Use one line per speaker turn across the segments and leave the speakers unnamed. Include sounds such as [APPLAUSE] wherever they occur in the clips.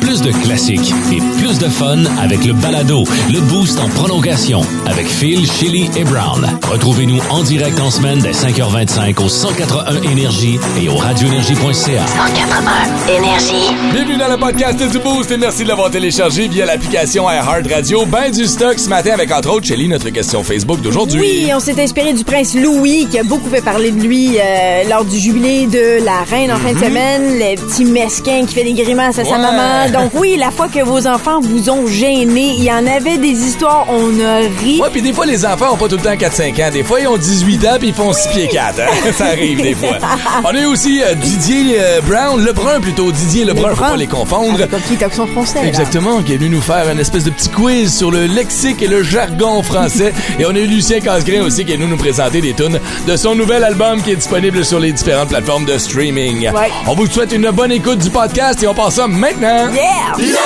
Plus de classiques et plus de fun avec le balado, le boost en prolongation avec Phil, Chili et Brown. Retrouvez-nous en direct en semaine dès 5h25 au 181 Énergie et au radioénergie.ca.
181 Énergie.
Bienvenue dans le podcast du Boost et merci de l'avoir téléchargé via l'application iHeartRadio. Ben du stock ce matin avec entre autres Shelly, notre question Facebook d'aujourd'hui.
Oui, on s'est inspiré du prince Louis qui a beaucoup fait parler de lui euh, lors du jubilé de la reine en fin de semaine, le petit mesquin qui fait des grimaces à
Mhm.
sa
Ouais.
maman. Donc oui, la fois que vos enfants vous ont gêné, il y en avait des histoires, on a ri.
Ouais, puis des fois, les enfants ont pas tout le temps 4-5 ans. Des fois, ils ont 18 ans puis ils font 6 pieds 4. hein. [LAUGHS] Ça arrive des
[LAUGHS]
fois. On a eu aussi euh, Didier euh, Brown, Lebrun plutôt. Didier Lebrun, faut
Lebrun.
pas les confondre.
Avec un petit accent français. là.
Exactement, qui est venu nous faire une espèce de petit quiz sur le lexique et le jargon
[LAUGHS]
français. et on a eu Lucien Casgrain aussi qui est venu nous présenter des tunes de son nouvel album qui est disponible sur les différentes plateformes de streaming.
Ouais.
On vous souhaite une bonne écoute du podcast et on passe ça maintenant.
Yeah!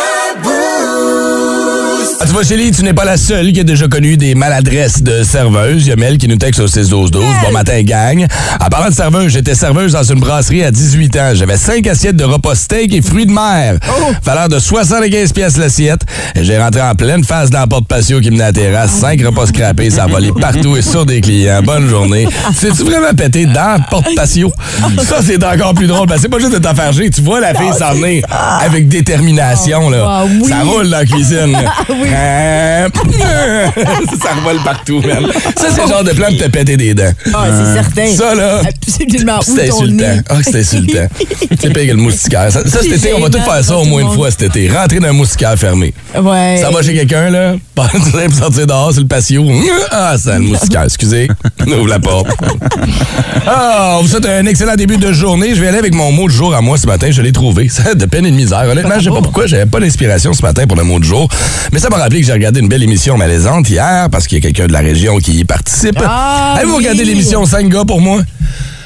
Ah, tu vois, Chélie, tu n'es pas la seule qui a déjà connu des maladresses de serveuse. Il y a Mel qui nous texte au 6 12 12 Bon matin, gang. En parlant de serveuse, j'étais serveuse dans une brasserie à 18 ans. J'avais 5 assiettes de repas steak et fruits de mer.
Oh!
Valeur de 75 pièces l'assiette. J'ai rentré en pleine face dans la porte patio qui menait à la terrasse. 5 repas scrappés, ça a volé partout et sur des clients. Bonne journée. C'est-tu vraiment pété dans la porte patio? Ça, c'est encore plus drôle. parce que c'est pas juste de t'en faire chier. Tu vois la fille s'en venir avec détermination. Là.
Ah, oui.
Ça roule dans la
[LAUGHS]
cuisine.
Ah
Euh, [LAUGHS] ça revole partout, même. Ça, c'est le genre de plan de te péter des dents. Euh,
Ah, c'est certain.
Ça, là,
Ah, Absolument. Où
c'était
ton
insultant.
nez?
Ah, c'était insultant. C'est pire que le moustiquaire. Ça, ça, cet
C'est
été, on va tout
gênant
faire ça
pour
au
tout
moins
le
une
monde.
fois cet été. Rentrer dans un moustiquaire fermé.
[LAUGHS] Ouais.
Ça va chez quelqu'un, là? [LAUGHS] Pas de simple sortir dehors sur le patio. [LAUGHS] Ah, c'est le moustiquaire, excusez. [LAUGHS] On ouvre la
[LAUGHS]
porte. Ah, on vous souhaite un excellent début de journée. Je vais aller avec mon mot du jour à moi ce matin. Je l'ai trouvé. [LAUGHS] Ça, de peine et de misère. Honnêtement, je sais pas pourquoi. J'avais pas d'inspiration ce matin pour le mot du jour. Mais ça m'a rappelé que j'ai regardé une belle émission malaisante hier parce qu'il y a quelqu'un de la région qui y participe.
Ah,
[LAUGHS] Avez-vous
oui.
regardé l'émission 5 gars pour moi?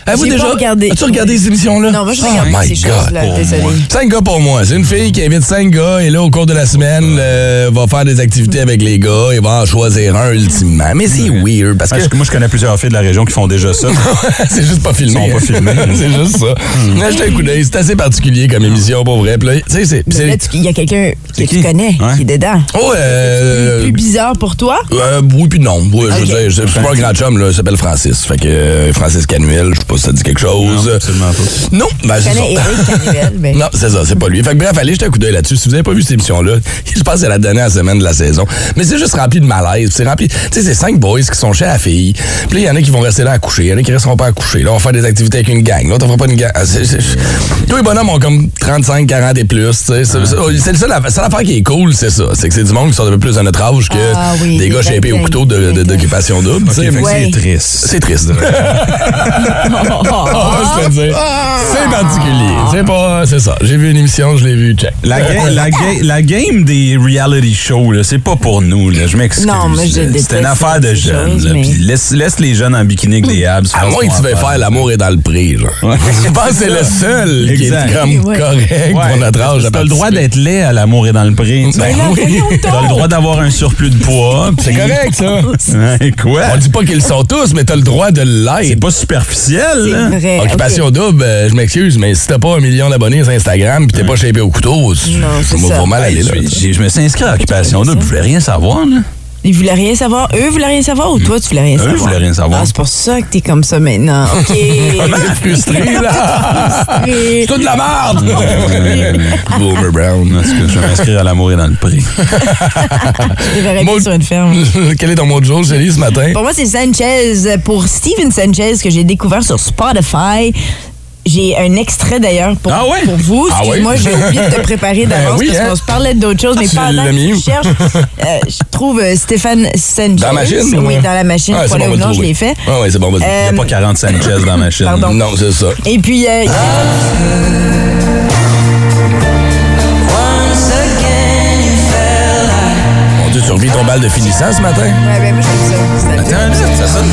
Avez-vous
J'ai
déjà
pas regardé.
As-tu regardé ces émissions-là?
Non, moi, je
oh
regarde
my
ces
God.
choses-là, désolée.
Cinq gars pour moi. C'est une fille qui invite cinq gars et là, au cours de la semaine, euh, va faire des activités avec les gars et va en choisir un ultimement. Mais c'est weird parce que
Ah,
Ah,
Parce que moi, je connais plusieurs filles de la région qui font déjà
[LAUGHS]
ça.
[LAUGHS] c'est juste pas filmé.
Ils sont pas filmés.
[LAUGHS] c'est juste ça.
Hmm.
Là, Jetez un coup d'œil. C'est assez particulier comme émission, pour vrai. Puis là, Tu sais, c'est-
Mais là,
c'est.
tu- il y a quelqu'un que tu
qui?
connais
Ouais.
qui est dedans.
Oh, euh,
Plus bizarre pour toi?
euh, oui, puis non. Oui, Je
Ok.
veux dire, je- je suis pas un grand chum, là. Il s'appelle Francis. Fait que euh, Francis Canuel, je sais pas si ça dit quelque chose.
Non, absolument pas.
Non, ben,
Je
c'est ça.
connais Eric Canuel, mais.
[LAUGHS] Non, c'est ça, c'est pas lui. Fait que bref, allez jeter un coup d'œil là-dessus. Si vous avez pas vu cette émission-là, [LAUGHS] je pense que c'est la dernière semaine de la saison. Mais c'est juste rempli de malaise. C'est rempli. Tu sais, c'est cinq boys qui sont chez la fille. Puis là, il y en a qui vont rester là à coucher. Il y en a qui resteront pas à coucher. Là, on va faire des activités avec une gang. L'autre, on fera pas une gang. Ah, c'est- c'est- Tous les bonhommes ont comme 35, 40 et plus. tu sais. C'est oh, c'est le seul, la seule affaire qui est cool, c'est ça. C'est que c'est du monde qui sont un peu plus à notre âge que
Ah oui,
des gars
des
chépés au
gangs.
couteau de- de-
D'accord.
d'occupation double. tu sais.
fait que
Ouais.
C'est triste.
C'est triste. [LAUGHS] On va se le dire. C'est particulier. C'est pas. C'est ça. J'ai vu une émission, je l'ai vu, check. Euh,
La, ga-
[LAUGHS]
la ga- la game des reality shows, là, c'est pas pour nous. là. Je m'excuse.
Non, mais je
là.
déteste
C'est une affaire de
ces
jeunes.
choses,
là.
mais-
Puis laisse, laisse les jeunes en bikini avec des abs.
À moins que tu veuilles faire l'amour est dans le prix, genre. Je pense que c'est le seul qui est
Exact.
comme
Ouais.
correct pour notre âge. à
T'as le droit
participer.
d'être laid à l'amour et dans le pré. tu sais.
Ben oui.
T'as le droit d'avoir un surplus de poids.
C'est
puis-
correct, ça.
[LAUGHS] Hein, Quoi?
On dit pas qu'ils le sont tous, mais t'as le droit de
C'est
l'être.
pas superficiel.
C'est
là.
vrai.
Occupation double, euh, je m'excuse, mais si t'as pas un million d'abonnés sur Instagram pis t'es pas shapé au couteau, tu
Non, c'est
vas
ça.
vas mal
Hey,
aller là.
tu- j'ai- je me suis inscrit à Occupation 2, je voulais rien
[LAUGHS]
savoir. Là.
OK. Ils voulaient rien savoir. Eux voulaient rien savoir ou toi, tu voulais rien
Eux
savoir?
voulaient rien savoir.
Ah, c'est pour ça que t'es comme ça
[LAUGHS]
maintenant. OK.
On est frustré, là.
Frustré.
C'est tout de la merde. [LAUGHS] Boomer Brown.
En tout cas, je vais m'inscrire à l'amour et dans le prix.
Je devrais
Maud-
rester sur une ferme.
Quel est ton mot de jour, Chélie, ce matin?
Pour moi, c'est Sanchez. Pour Steven Sanchez, que j'ai découvert sur Spotify. J'ai un extrait d'ailleurs pour,
Ah ouais?
pour vous.
Ah ouais?
Excuse-moi, j'ai oublié de te préparer
Ben
d'avance
oui,
parce
hein?
qu'on se parlait d'autres choses, mais
Tu
pendant
l'as
que
mis où? [LAUGHS]
tu cherches, euh, je trouve euh, Stéphane Sanchez.
Dans la machine?
Oui,
ou-
dans la machine.
Ah, c'est
Voilà
bon,
ou
vas-y,
non, je
oui.
l'ai fait.
Ah, ouais, c'est bon, vas-y.
Il n'y a pas 40 Sanchez dans la machine.
Pardon.
Non, c'est ça.
Et puis, euh,
Ah. Mon Dieu, tu revis ton bal de finissant ce matin?
ouais, ben, moi, j'aime ça. Sanchez.
Attends, une minute, ça sonne.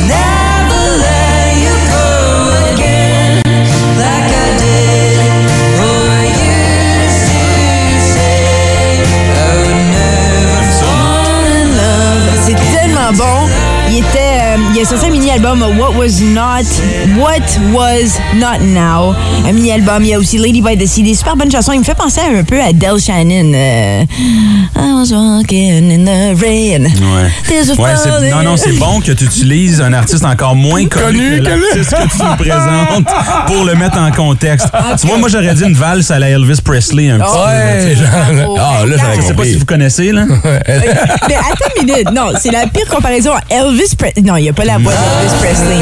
C'est tellement bon. Il était, euh, il a sorti un mini-album album What Was Not, What Was Not Now. Un mini-album. Il y a aussi Lady by the Sea, des super bonnes chansons. Il me fait penser un peu à Del Shannon. euh, I was walking in the rain.
Ouais.
There's a
Ouais, c'est-
falling-
non, non, c'est bon que tu utilises un artiste encore moins
Connu
connu, que
que lui.
l'artiste que tu nous présentes pour le mettre en Ah. contexte. Tu vois, moi, j'aurais dit une valse à la Elvis Presley un petit peu, là, tu
Ouais,
sais.
genre- Ah, là,
Je
j'aurais
sais pas si
compris.
vous connaissez, là.
Mais Ben, attends une minute. Non, c'est la pire comparaison à Elvis Presley. Non, il n'y a pas la voix d'Elvis Presley.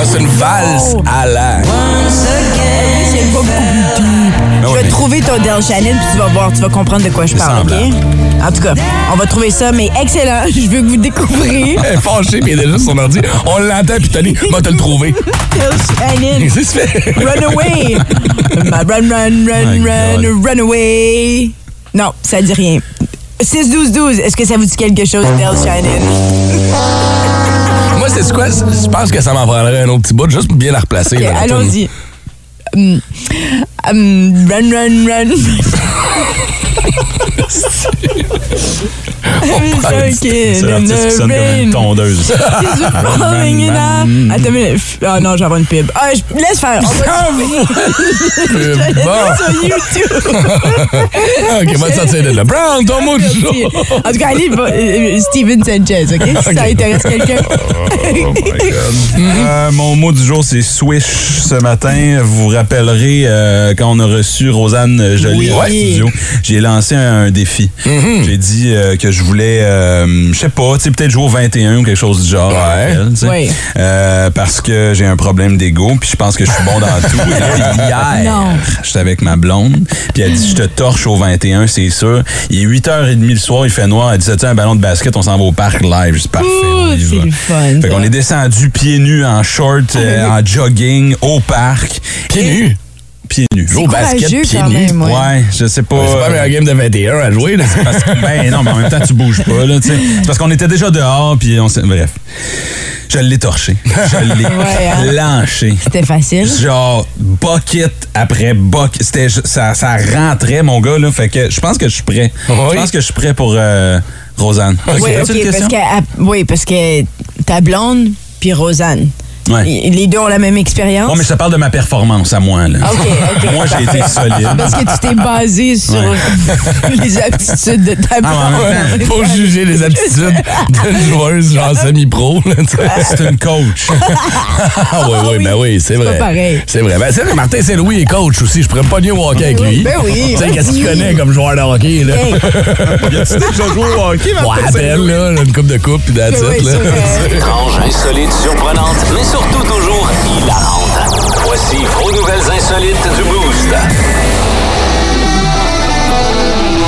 Ah, c'est une valse à la.
Elvis, il y a une voix beaucoup plus deep.
Ah ouais,
Je vais
mais-
trouver ton Del Shannon, puis tu vas voir, tu vas comprendre de quoi je parle, OK?
semblable.
En tout cas, on va trouver ça, mais excellent. [LAUGHS] Je veux que vous découvriez
Elle est fâchée, puis elle est déjà sur son ordi. On l'entend, puis Tony, va te le [LAUGHS] trouver.
Del Shannon.
C'est ce fait.
Run away! Ma Run, run,
My
run,
God.
run, run away! Non, ça dit rien. 6-12-12, est-ce que ça vous dit quelque chose, Del Shannon?
Moi, c'est quoi? Je pense que ça m'en prendrait un autre petit bout, juste pour bien la replacer.
Ok,
là, la
allons-y. Hum, hum, run,
[LAUGHS]
run, run.
toune.
Ok,
Oh, C'est l'artiste qui sonne comme une tondeuse.
Is it falling in love? Attends, mais. Ah non, j'envoie une pub. Ah, je laisse faire. On va
Ah, [LAUGHS] Euh, bon.
sur
Bah.
YouTube.
Ah, OK, va te sortir de là. Brown, ton mot du jour.
En tout cas, allez, va- euh, Steven Sanchez, OK? Si ça intéresse quelqu'un.
Euh, mon mot du jour, c'est swish ce matin. Vous vous rappellerez euh, quand on a reçu Rosanne Jolie
Oui.
au studio, j'ai lancé un, un défi. J'ai dit euh, que je voulais, euh, je sais pas, tu sais, peut-être jouer au 21 ou quelque chose du genre. avec elle, tu sais.
Oui.
Euh, parce que j'ai un problème d'ego, puis je pense que je suis bon dans tout. Et là, hier,
Non.
j'étais avec ma blonde, puis elle dit Je te torche au 21, c'est sûr. Il est 8h30 le soir, il fait noir. Elle dit As-tu un ballon de basket On s'en va au parc live. Je dis Parfait. on y
c'est
va.
le
Fait
fun, ça. Oh,
qu'on est descendu pieds nus en short, euh, en jogging, au parc.
Pieds nus.
Pieds nus.
Joue au basket,
courageux
pieds
quand
nus.
même,
Ouais.
ouais.
je sais pas. euh,
C'est pas la meilleure game de 21 à jouer, là.
Parce que- ben non, mais en même temps, tu bouges pas, là, tu sais. C'est parce qu'on était déjà dehors, puis on s'est. Bref. Je l'ai torché. Je l'ai
[LAUGHS] Ouais, hein?
lâché.
C'était facile.
Genre, bucket après bucket. C'était, ça, ça rentrait, mon gars, là. Fait que je pense que je suis prêt.
Oui.
Je pense que je suis prêt pour euh, Rosanne.
Oui,
As-tu
ok,
une
parce
question?
que, ah, oui, parce que ta blonde puis Rosanne,
Ouais.
i- les deux ont la même expérience.
Non, mais je te parle de ma performance à moi, là.
Ah, OK, OK.
[LAUGHS] Moi, j'ai été solide.
Parce que tu t'es basé sur [LAUGHS]
Ouais.
les aptitudes de ta
Ah, mais en
blonde.
même temps,
Faut juger les aptitudes
[LAUGHS]
d'une joueuse genre semi-pro. là, tu sais.
C'est [LAUGHS] une coach.
Ah oui, oui, ben oui, c'est vrai.
pas pareil.
C'est vrai. Ben, c'est vrai, Martin Saint-Louis est coach aussi. Je pourrais pas mieux walker avec lui.
Ben oui,
Tu sais,
vas-y.
qu'est-ce qu'il connaît comme joueur de hockey, là?
Hey,
As-tu déjà joué au hockey,
On appelle, là, une coupe de coupe, puis that's
ben oui,
it, là.
c'est vrai.
Étrange, insolite, surprenante, mais surtout toujours hilarante. Voici vos nouvelles insolites du Boost.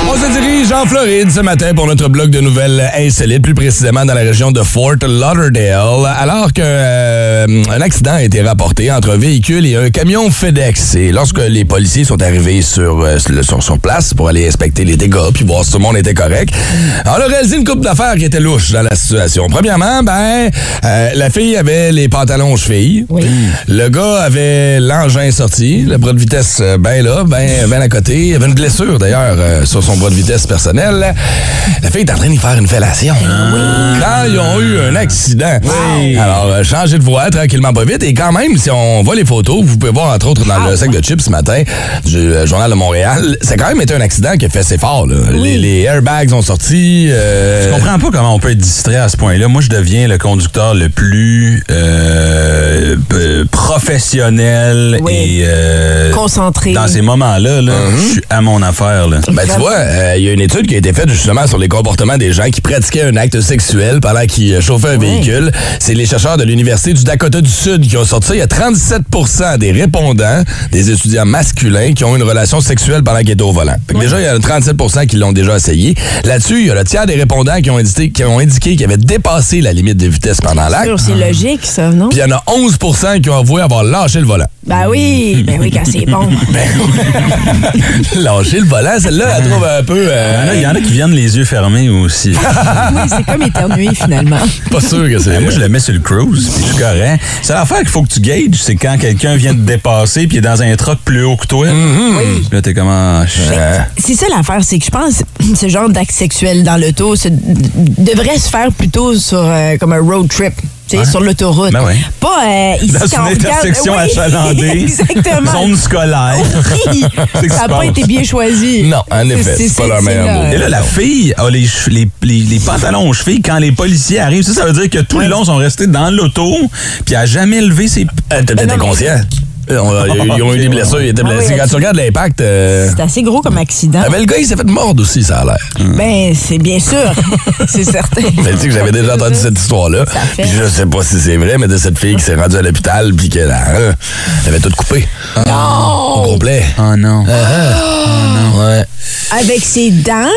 On se dirige en Floride ce matin pour notre bloc de nouvelles insolites, plus précisément dans la région de Fort Lauderdale, alors qu'un accident a été rapporté entre un véhicule et un camion FedEx. Et lorsque les policiers sont arrivés sur, euh, le- sur, sur place pour aller inspecter les dégâts puis voir si tout le monde était correct, on a réalisé une coupe d'affaires qui était louche dans la situation. Premièrement, ben, euh, la fille avait les pantalons aux chevilles.
Oui.
Le gars avait l'engin sorti, le bras de vitesse euh, ben là, ben, ben à côté. Il avait une blessure d'ailleurs euh, sur son bras de vitesse personnel. La fille est en train d'y faire une fellation.
Ah.
Quand ils ont eu un accident. Alors, euh, changez de voie tranquillement pas vite. Et quand même, si on voit les photos, vous pouvez voir entre autres dans
Ah,
le sac de chips ce matin du euh, Journal de Montréal, ça a quand même été un accident qui a fait assez fort. là. Les, les airbags ont sorti. euh,
Je comprends pas comment on peut être distrait à ce point-là. Moi, je deviens le conducteur le plus euh, p- professionnel
Oui.
et euh,
Concentré.
Dans ces moments-là, là, je suis à mon affaire. Là.
Uh-huh. Ben, tu vois, euh, il y a une étude qui a été faite justement sur les comportements des gens qui pratiquaient un acte sexuel pendant qu'ils euh, chauffaient un véhicule. C'est les chercheurs de l'Université du Dakota du Sud qui ont sorti ça. Il y a 37 des répondants, des étudiants masculins, qui ont une relation sexuelle pendant qu'ils étaient au volant. Fait que Déjà, il y a 37 qui l'ont déjà essayé. Là-dessus, il y a le tiers des répondants qui ont indiqué qui ont indiqué qu'ils avaient dépassé la limite de vitesse pendant l'acte.
Sûr, C'est logique, ça, non?
Puis il y en a 11 qui ont avoué avoir lâché le volant. [LAUGHS]
Ben oui, ben oui, quand c'est
[LAUGHS]
bon.
lâché le volant, celle-là, elle trouve un peu...
Hein? Il y en
euh,
a- Il y en a qui viennent les yeux fermés aussi.
Oui, c'est comme éternuer, finalement.
[LAUGHS] pas sûr que c'est...
Ben, moi, je le mets sur le cruise, puis je suis correct. C'est l'affaire qu'il faut que tu gages, c'est quand quelqu'un vient te dépasser, puis il est dans un truck plus haut que toi.
Mm-hmm.
Là, t'es comme ah, euh, en chat.
C'est ça l'affaire, c'est que je pense ce genre d'acte sexuel dans l'auto se- devrait se faire plutôt sur euh, comme un road trip. tu sais, sur l'autoroute.
Ben ouais.
Pas euh, ici
Dans
quand
une
on regarde-
intersection [LAUGHS]
Oui,
achalandée.
[LAUGHS] Exactement.
Zone scolaire.
Oui.
C'est que
Ça
se
n'a pas
passe.
été bien choisi.
Non, en effet, c'est pas leur meilleur
là.
mot.
Et là, la fille a les, che- les, les- les pantalons aux chevilles quand les policiers arrivent. Ça, ça veut dire que tout le long, ils sont restés dans l'auto, puis elle a jamais levé ses...
Euh, T'étais
Non, mais-
conscient? Euh, on a- Ils ont eu des blessures, ils étaient
Ah oui,
blessés. Quand
là-dessus.
tu regardes l'impact, euh,
C'est assez gros comme accident.
ah ben, le gars, il s'est fait mordre aussi, ça a l'air.
Ben, c'est bien sûr. [LAUGHS] c'est certain.
Mm. Mais tu sais que j'avais déjà
[LAUGHS]
entendu cette histoire-là.
fait.
Puis je sais pas si c'est vrai, mais de cette fille qui s'est rendue à l'hôpital puis qu'elle euh, elle avait tout coupé. Au complet.
Oh non.
euh, Ouais.
Avec ses dents.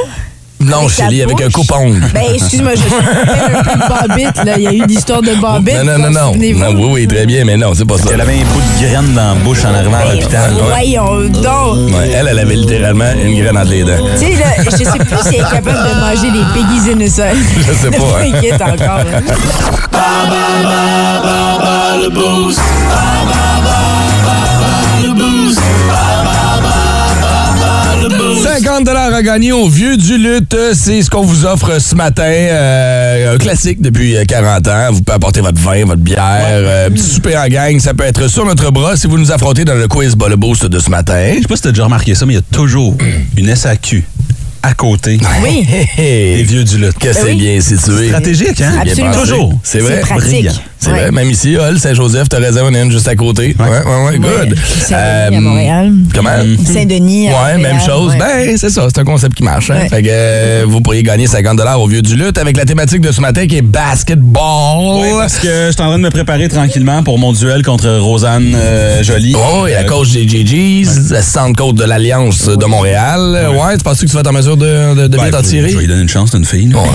Non,
Avec sa
Chélie, avec un
bouche.
coupon.
Ben, excuse-moi, je suis un peu Bobbit, là. Il y a eu l'histoire de Bobbit.
Non, non,
vous
non,
en
non.
souvenez-vous?
Non, Oui, oui, très bien, mais non, c'est pas ça.
Elle avait un bout de graine dans la bouche en arrivant à l'hôpital.
Voyons donc.
Ouais, elle, elle avait littéralement une graine entre les dents.
Tu sais, là, je sais plus si elle est capable de manger des Piggies in the Sun.
Je sais pas,
[LAUGHS]
hein.
inquiète encore. là.
Mm. 50 à gagner au vieux du lutte, c'est ce qu'on vous offre ce matin. Euh, un classique depuis euh, 40 ans. Vous pouvez apporter votre vin, votre bière, euh, petit souper en gang. Ça peut être sur notre bras si vous nous affrontez dans le quiz Ball Boost de ce matin.
Je sais pas si t'as déjà remarqué ça, mais il y a toujours une SAQ à côté
Oui. Ben
des vieux du lutte.
Que c'est
oui.
bien situé.
Stratégique, hein?
Bien
Absolument.
pensé.
Toujours.
C'est vrai.
C'est pratique.
Brillant.
C'est
Ouais.
vrai, même ici, Hall, Saint-Joseph, t'as raison, on est une juste à côté. Ouais, ouais, ouais, good.
Saint-Denis à
Euh,
Montréal. Mm-hmm.
Comment?
Saint-Denis à
Ouais,
Montréal,
même chose.
ouais.
Ben, c'est ça, c'est un concept qui marche. hein.
Ouais.
Fait que euh, vous pourriez gagner 50 au vieux du lutte avec la thématique de ce matin qui est basketball.
Oui, parce que je suis en train de me préparer tranquillement pour mon duel contre Rosanne euh, Jolie.
Oh, et la coach des GGs, la centre-côte de l'Alliance de Montréal. Ouais, tu penses que tu vas être en mesure de, de, de
Ben,
bien t'en
je-
tirer?
Je vais lui donner une chance d'une fille. là.
[LAUGHS]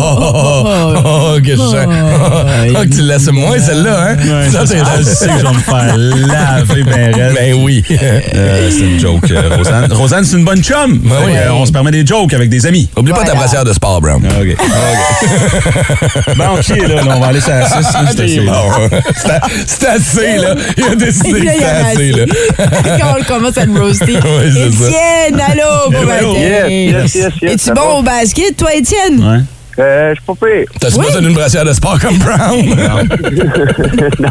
Oh, que je sens. [LAUGHS] Oh, que tu le laisses moins, celle-là, hein?
Ouais,
Ça, c'est
je sais que je vais me faire laver mes restes.
Ben oui.
Euh, c'est une joke, euh, Rosanne. Rosanne, c'est une bonne chum.
Ben oui. Oh.
Fait que, euh, on se permet des jokes avec des amis.
Oublie pas ta
Voilà.
brassière de sport, Brown.
Ah, OK.
[LAUGHS]
ben, OK, là, là, on va aller sur la 6.
C'est assez, là. C'est a- c'est assez, là. Il a décidé que
Là, il y
c'était
en a
assez, là.
assez. [LAUGHS] Quand on commence à le roaster.
[LAUGHS] Ouais, c'est ça.
Étienne, allô, bon
Allô.
matin.
Yes, yes, yes, yes,
Es-tu
ça va?
bon au basket, toi, Étienne?
Ouais.
Euh, je suis pas pire.
T'as-tu besoin d'une brassière de sport comme [LAUGHS] Brown?
non.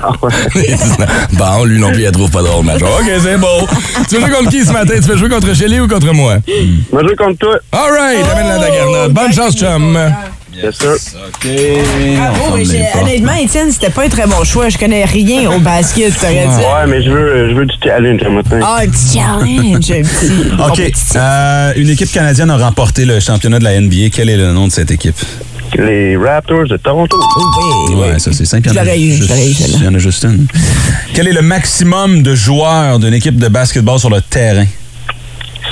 bon, lui non plus, elle trouve pas drôle, ma joie. OK, c'est beau. Tu veux jouer contre qui ce matin? Tu veux jouer contre Shelley ou contre moi?
Moi, je contre toi.
All right,
Oh!
amène la daguerre. Bonne chance, chum.
C'est sûr.
OK.
Eh,
Bravo, mais j'ai- honnêtement, Étienne, c'était pas un très bon choix. Je connais rien au basket, t'aurais dit.
Ouais, mais je veux, euh, je veux du challenge un matin.
Ah, un petit challenge, un
[LAUGHS]
petit.
Oh,
OK. Euh, une équipe canadienne a remporté le championnat de la NBA. Quel est le nom de cette équipe?
Les Raptors de Toronto.
Oui.
Ouais, ça, c'est simple.
Je
Il y en a
l'aurais eu, je
juste-
l'aurais eu, celle-là.
Il y en a juste une. Quel est le maximum de joueurs d'une équipe de basketball sur le terrain?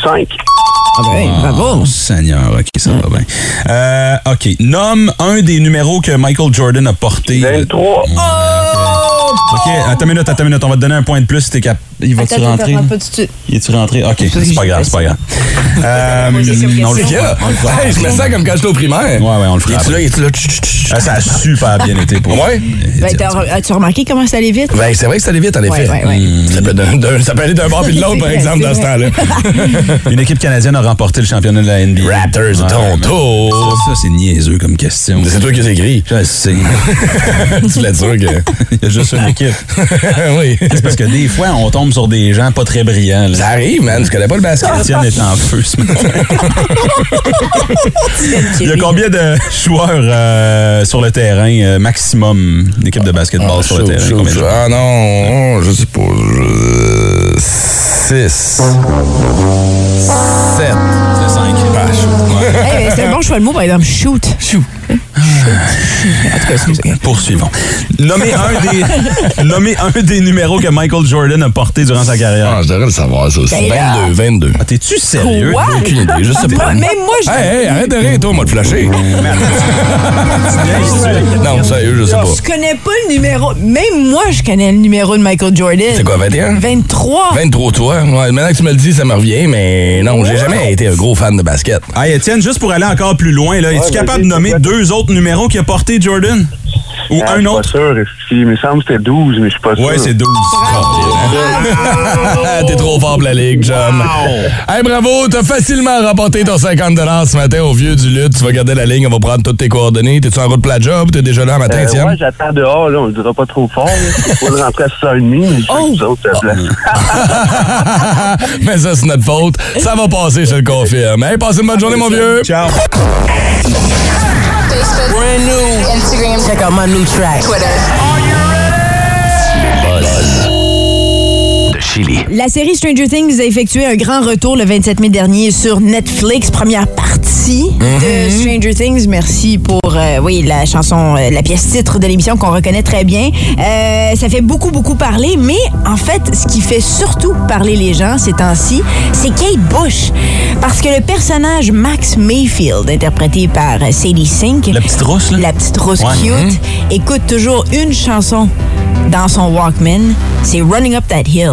Cinq.
Ah, ben, bravo.
Oh, Seigneur, OK, ça va bien. Euh, OK. Nomme un des numéros que Michael Jordan a porté.
23.
Oh. OK, attends une minute, attends une minute. On va te donner un point de plus si t'es cap. Il va-tu
Attends,
rentrer?
attends, pas tout de suite.
Il est-tu rentré? OK, c'est pas grave, c'est pas grave.
Ah,
Euh,
C'est comme
on le
question.
Qu'est-ce qu'il y a?
fera. On le fera.
Hey, je me sens comme quand j'étais au primaire.
Ouais, ouais, on le fera.
Es-tu là?
après.
Es-tu là? Chut, chut, chut.
Ah, Ça a super bien été pour
Ouais.
Ben, t'as- As-tu remarqué comment ça allait vite?
Ben, c'est vrai que ça allait vite, en effet.
ouais, ouais.
Hmm, Ça, peut d'un- d'un- ça peut aller d'un bord Ah, puis de l'autre, par
[LAUGHS] C'est vrai,
exemple,
c'est
dans ce [LAUGHS] temps-là.
Ah, Une équipe canadienne a remporté le championnat de la NBA.
Raptors de
Ouais,
Toronto.
mais Ça, ça, c'est niaiseux comme question.
C'est toi qui as écrit.
Je sais.
[LAUGHS] Tu voulais dire
[LAUGHS] Il y a juste une équipe.
que. [LAUGHS] oui.
[LAUGHS] C'est parce que des fois, on tombe sur des gens pas très brillants.
Ça
là.
arrive, man. Tu connais pas le basket.
Étienne est en feu ce
[LAUGHS]
matin. Il y a combien de joueurs euh, sur le terrain euh, maximum d'équipe de basketball sur
Ah, Chaud,
le terrain?
chaud,
Combien de
chaud.
joueurs?
Ah non, je euh, sais pas. 6. 7.
C'est cinq.
Ah,
Hey, Eh, c'est un bon choix de mot, par exemple. Shoot. Ah. Shoot.
Poursuivons. Nommez un, des, [LAUGHS] nommez un des numéros que Michael Jordan a porté durant sa carrière.
Ah, je devrais le savoir, ça aussi.
Ben là.
22, 22.
Ah, T'es-tu sérieux?
Quoi?
J'ai aucune idée, je sais pas.
Même moi, je.
Hey, hey, arrête de rire, toi, on m'a le
[LAUGHS]
flashé. non, sérieux, je sais
Je
pas.
connais pas le numéro. Même moi, je connais le numéro de Michael Jordan.
C'est quoi, 21?
23.
23, toi. Ouais, maintenant que tu me le dis, ça me revient, mais non, j'ai jamais été un gros fan de basket.
Hey, Étienne, juste pour aller encore plus loin, là, es-tu
vas-y,
capable de
c'est
nommer
quoi?
deux autres numéros qu'il a porté Jordan? Ou
Ah,
un
Je
autre?
suis pas sûr. si- Il me semble que c'était 12, mais je suis pas sûr. Euh,
Ouais, c'est 12.
Ah.
[LAUGHS] T'es trop fort pour la ligue, John. Hey, bravo, t'as facilement rapporté ton 50 ce matin au vieux du lutte. Tu vas garder la ligne, on va prendre toutes tes coordonnées. T'es-tu en route pour la job? T'es déjà là en matin,
Euh,
tiens?
ouais, j'attends dehors, là, on le dira pas trop fort.
[LAUGHS]
Il faut rentrer à 6h30, mais je suis
Oh!
avec vous autres, ça plaît.
Ah,
[LAUGHS] Mais ça, c'est notre faute. Ça va passer, je te le confirme. Hey, passe une bonne journée, mon vieux.
Ciao.
Brand new. Instagram. Check out my new track. Twitter.
de Chili.
La série Stranger Things a effectué un grand retour le 27 mai dernier sur Netflix. Première partie de
Mhm.
Stranger Things. Merci pour euh, oui la chanson, euh, la pièce titre de l'émission qu'on reconnaît très bien. Euh, ça fait beaucoup beaucoup parler, mais en fait, ce qui fait surtout parler les gens ces temps-ci, c'est Kate Bush, parce que le personnage Max Mayfield, interprété par euh, Sadie Sink,
La petite rousse, là?
la petite rose
Ouais. Mhm.
cute écoute toujours une chanson dans son Walkman, c'est Running Up That Hill.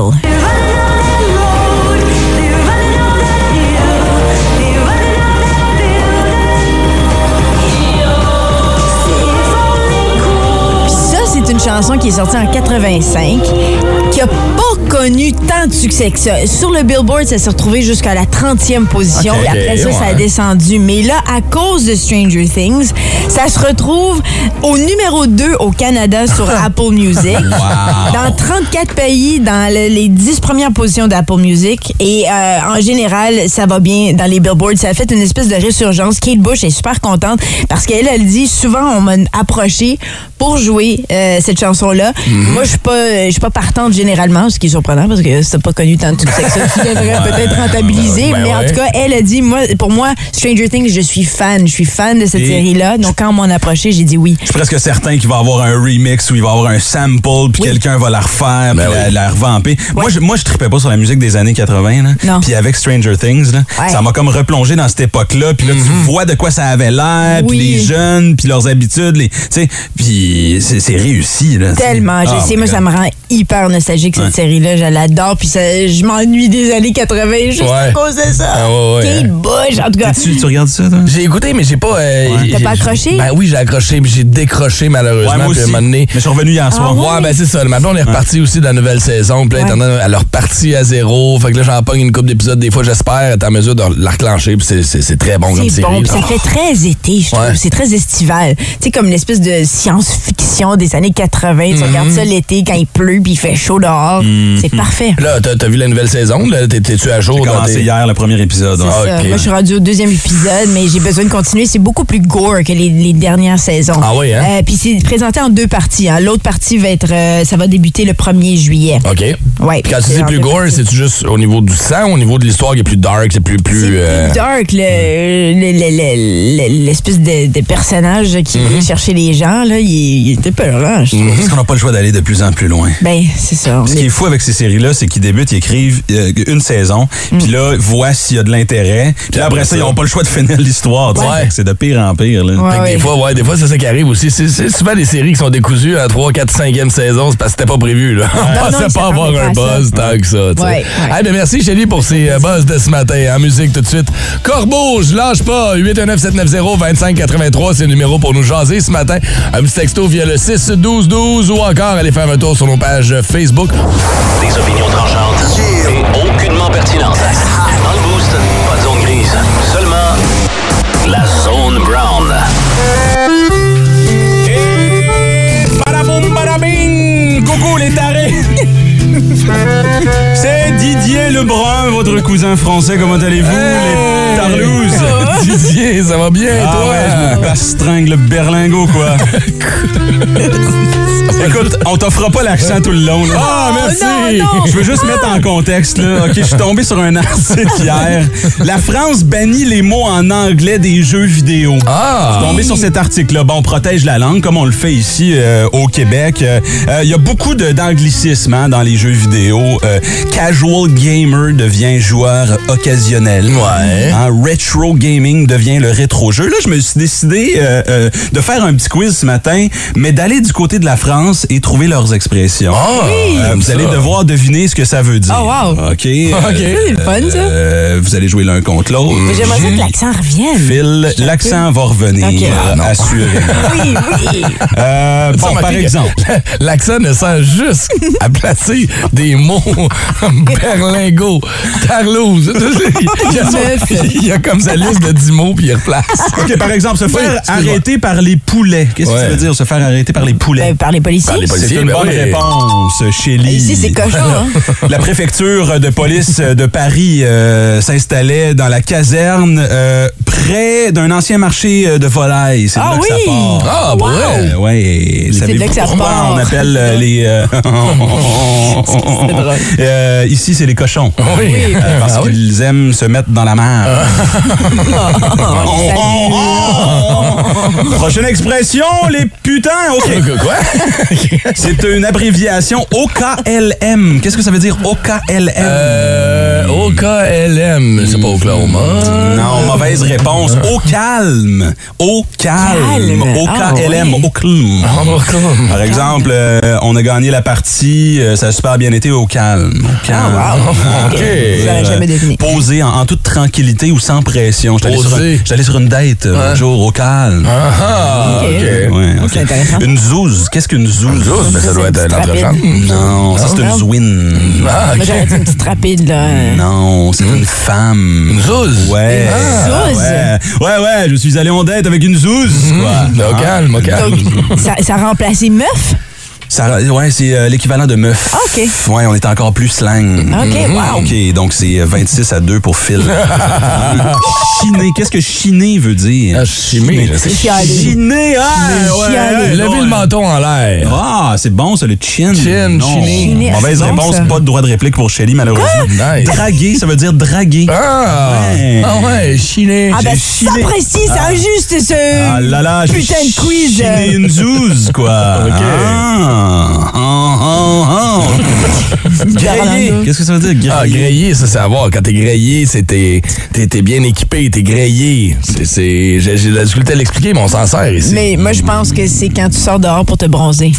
Puis ça, c'est une chanson qui est sortie en 85, qui a pas connu tant de succès que ça. Sur le Billboard, ça s'est retrouvé jusqu'à la 30e position.
Ok,
puis après ça, ça a
ouais.
descendu. Mais là, à cause de Stranger Things, ça se retrouve au numéro 2 au
[LAUGHS]
Canada sur Apple Music. Dans 34 pays, dans le- les 10 premières positions d'Apple Music. Et euh, en général, ça va bien dans les billboards. Ça a fait une espèce de résurgence. Kate Bush est super contente parce qu'elle, elle dit souvent, on m'a approché pour jouer euh, cette chanson-là.
Mhm.
Moi, je suis pas, je suis pas partante généralement, ce qui est surprenant parce que c'est pas connu tant de succès que ça. Tu devrais peut-être rentabiliser.
ben
mais en
ouais.
tout cas, elle a dit, moi, pour moi, Stranger Things, je suis fan. Je suis fan de cette
Et-
série-là. Donc, quand on m'en a approché, j'ai dit oui.
Je suis presque certain qu'il va avoir un remix ou il va avoir un sample, puis quelqu'un va la refaire,
Ben
puis la, la revamper. Moi, je, moi, je tripais pas sur la musique des années 80, là.
Non.
Puis avec Stranger Things, là,
Ouais.
ça m'a comme replongé dans cette époque-là. Puis là, tu vois de quoi ça avait l'air, puis
Oui.
les jeunes, puis leurs habitudes, les, tu sais, puis c'est c'est réussi, là. tu sais.
Tellement. Je
Ah,
sais,
my
moi, ça
God.
me rend hyper nostalgique, cette
Ouais.
série-là. Je l'adore. Puis ça- je m'ennuie des années 80 juste à
Ouais.
cause de ça.
Ah ouais, ouais,
Kate
hein.
Bush, en tout cas.
Tu, tu regardes ça, toi?
J'ai écouté, mais j'ai pas. euh,
T'as
j'ai-
pas accroché?
Ben oui, j'ai accroché, mais j'ai décroché malheureusement.
Ouais, moi
puis à un
aussi.
moment
Mais
donné-
je suis revenu
Ah.
hier soir.
Ouais, ben c'est ça. Maintenant, on est reparti aussi de la nouvelle saison. Puis là,
Ouais.
étant donné- elle est repartie à zéro. Fait que là, j'en pogne une coupe d'épisodes. Des fois, j'espère être en mesure de la reclencher. Puis c'est- c'est c'est très bon comme
C'est
série.
bon, puis
là.
ça fait très été, je trouve.
Ouais.
C'est très estival. Tu sais, comme une espèce de science-fiction des années 80. Tu regardes
Mhm.
ça l'été quand il pleut puis il fait chaud dehors. C'est parfait.
Là, t'as t'as vu la nouvelle saison? là? T'es- T'es-tu à jour?
J'ai
dans
commencé
tes-
hier le premier épisode. ouais.
Ah,
Ça,
ok.
Moi, je suis rendue au deuxième épisode, mais j'ai besoin de continuer. C'est beaucoup plus gore que les, les dernières saisons.
Ah oui, hein?
Euh, Puis c'est présenté en deux parties. hein. L'autre partie va être, euh, ça va débuter le 1er juillet.
OK.
Ouais.
Puis quand tu
C'est
dis
en
plus
deux
gore,
parties.
c'est-tu juste au niveau du sang, au niveau de l'histoire qui est plus dark, c'est plus.
C'est
plus
plus
euh,
dark, le- le- le- le- le- l'espèce de, de personnage qui
Mm-hmm.
vient chercher les gens, là, il, il était peurant, je trouve.
Parce qu'on n'a pas le choix d'aller de plus en plus loin.
Ben, c'est ça.
Ce qui est fou avec ces séries-là, c'est qu'ils débutent, ils écrivent euh, une saison,
Mm.
puis là, ils voient s'il y a de l'intérêt. Puis là, après ça, ils n'ont pas le choix de finir l'histoire. tu sais.
Ouais.
Fait que C'est de pire en pire. Là.
Ouais.
Fait que des fois, ouais, des fois, c'est ça qui arrive aussi. C'est- C'est souvent des séries qui sont décousues à 3, 4, 5e saison, c'est parce que c'était pas prévu, là. On [LAUGHS]
Ah, non,
pensait
ils
pas avoir un
s'attendaient pas à
buzz tant que ça, tu sais.
Ouais, ouais.
Hey, ben merci, Chélie, pour ces euh, buzz de ce matin. En musique, tout de suite. Corbeau, je lâche pas. 819-790-2583, c'est le numéro pour nous jaser ce matin. Un petit texto via le 6-12-12 ou encore aller faire un tour sur nos pages Facebook.
Des opinions tranchantes et aucunement pertinentes. Dans le boost, pas de zone grise, seulement la zone brown.
Badaboum, badabing! Coucou les [LAUGHS] tarés! C'est Didier Lebrun, votre cousin français. Comment allez-vous, les tarlouses?
Didier, ça va bien,
Ah
toi?
ouais, je me bastringue le berlingot, quoi. [LAUGHS] Écoute, on t'offre pas l'accent tout le long. là.
Ah, merci!
Oh, non, non.
Je veux juste mettre en contexte, là. OK, je suis tombé sur un article hier. La France bannit les mots en anglais des jeux vidéo. Je suis
Ah!
tombé sur cet article-là. Bon, on protège la langue comme on le fait ici euh, au Québec. Euh, euh, Il y a beaucoup de- d'anglicismes hein, dans les jeux vidéo. Euh, casual gamer devient joueur occasionnel.
Ouais.
en retro gaming devient le rétro jeu. Là, je me suis décidé euh, euh, de faire un petit quiz ce matin, mais d'aller du côté de la France et trouver leurs expressions.
Ah,
Euh, vous allez devoir deviner ce que ça veut dire.
Oh, wow. [LAUGHS]
OK. euh,
OK.
C'est le fun, ça. Mm.
euh, vous allez jouer l'un contre l'autre.
Mais J'aimerais ça que l'accent revienne.
Phil, l'accent va revenir,
Ok. Ah, non. [LAUGHS]
assurément.
Oui,
[LAUGHS]
oui.
Euh,
Ça
bon,
m'a
par
dit que
exemple,
[LAUGHS] L'accent ne sert juste [LAUGHS] à placer des mots [LAUGHS] berlingot, tarlouse. [LAUGHS] Il y a son- Il y a comme sa liste de 10 mots, puis il replace.
OK, par exemple, se faire
excuse-moi.
arrêter par les poulets. Qu'est-ce que
Ouais.
tu veux dire, se faire arrêter par les poulets?
Ben, par les policiers.
Par les policiers.
C'est une
ben
bonne
oui.
réponse, Chélie.
Ici,
[LAUGHS]
c'est cochon, hein?
[LAUGHS] La préfecture de police de Paris euh, s'installait dans la caserne euh, près d'un ancien marché euh, de volailles. C'est de
Ah
là que ça
oui!
part.
Ah, bah ouais.
Euh, ouais, savez-vous
là que ça
pourquoi
part.
on appelle euh, les...
[LAUGHS]
euh, [LAUGHS] Euh, ici, c'est les cochons.
Oui.
Euh, parce
Ah oui.
qu'ils aiment se mettre dans la mer.
Oh,
Oh, Prochaine expression, les putains. OK.
Quoi?
C'est une abréviation OKLM. Qu'est-ce que ça veut dire OKLM?
Euh, OKLM, c'est pas Oklahoma.
Non, mauvaise réponse.
Ah.
Au calme. Au calme.
Calme.
Au
Ah,
KLM.
oui.
Au calme.
Ah, Oklahoma.
Par exemple, euh, on a gagné la partie, euh, ça a super bien été au calme.
Ah,
Au calme.
Ah,
Euh,
OK.
Je l'aurais jamais deviné.
Posé en, en toute tranquillité ou sans pression. J'étais allé, sur un-
Posé. Hein?
j'étais allé sur une date euh, l'autre jour au calme.
Ah,
OK.
OK.
Ouais, ok.
C'est intéressant.
Une zouze. Qu'est-ce qu'une zouze?
Zouze, mais ça doit être l'entrejambe.
Non, ça c'est une
Non.
zwin.
Ah,
Moi, j'aurais
OK.
dit une petite rapide, là.
Non, c'est une femme.
Une zouze?
Ouais. Ah,
Une zouze?
Ouais. ouais, ouais, je suis allé en dette avec une zouze, quoi. Hein?
Au calme, au calme.
Donc, ça, ça a remplacé meuf?
Ça, ouais, c'est euh, l'équivalent de meuf.
OK.
Ouais, on est encore plus slang. Mhm.
OK, wow.
OK, donc c'est euh, 26 à 2 pour Phil. chiner, qu'est-ce que chiner veut dire?
Ah, chimer, je sais.
Chialer.
Chiner, ah, ouais,
chialer.
ouais,
Levez
ouais.
le menton en l'air.
Ah, c'est bon, ça, le chin.
Chin,
Non.
chiner.
Chiner,
Mauvaise
c'est bon,
réponse,
ça.
pas de droit de réplique pour Shelly, malheureusement.
Nice.
Draguer, ça veut dire draguer.
Ah!
Ouais.
Ah ouais, chiné. Ah.
Ah ben,
J'ai
ça
filé.
précis, c'est injuste, ce
Ah là là, j'ai
putain de quiz.
chiné une zouze, quoi.
[LAUGHS] Ok.
Ah, ah,
[LAUGHS]
ah, ah. Grailler. Qu'est-ce que ça veut dire,
Ah,
grailler?
grillé, ça, c'est à voir. Quand t'es grillé, c'est t'es, t'es, t'es bien équipé, t'es grillé. C'est, c'est, j'ai, j'ai de la difficulté à l'expliquer, mais on s'en sert ici.
Mais moi, je pense que c'est quand tu sors dehors pour te bronzer.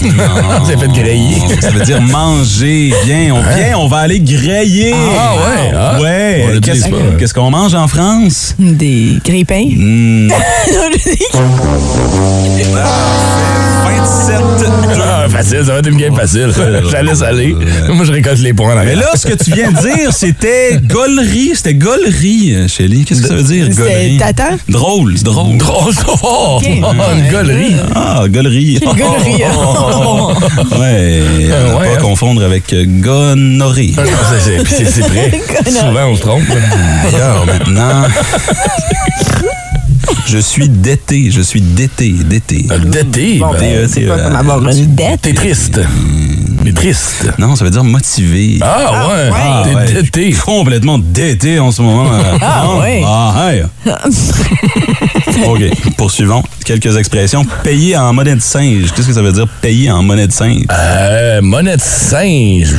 On s'est fait griller.
Ah. [LAUGHS] Ça veut dire manger. Viens, on vient, on va aller grailler.
Ah ouais, ah.
Ouais.
On le dit
Qu'est-ce
pas.
qu'est-ce qu'on mange en France?
Des grippins.
Hmm,
[LAUGHS] Non, je dis-
27.
Ah, facile, ça va être une game facile. Je la laisse aller. Moi, je récolte les points.
Mais
[LAUGHS]
là, ce que tu viens de dire, c'était gaulerie. C'était gaulerie, Shelly. Qu'est-ce que ça veut dire,
C'est
gaulerie?
t'attends?
Drôle, c'est drôle.
drôle, oh, une gaulerie.
Ah, gaulerie.
Gaulerie.
Ouais, à
ouais,
pas
hein.
confondre avec euh, gonorrhée.
Ah, non, c'est- c'est- c'est- c'est
[LAUGHS]
vrai. Souvent, on se trompe.
D'ailleurs, maintenant, [LAUGHS] je suis d'été, je suis d'été, d'été.
D'été, ben,
ben, c'est pas comme avoir
une dette.
t'es triste. Mais triste.
Non, ça veut dire motivé.
Ah ouais,
Ah,
t'es
ouais, je suis
d'été.
Complètement d'été en
[LAUGHS]
ce moment. euh,
Ah,
non?
ouais.
[LAUGHS] Ah, hey. OK, poursuivons. Quelques expressions. Payer en monnaie de singe. Qu'est-ce que ça veut dire payer en monnaie de singe?
Euh, monnaie de singe.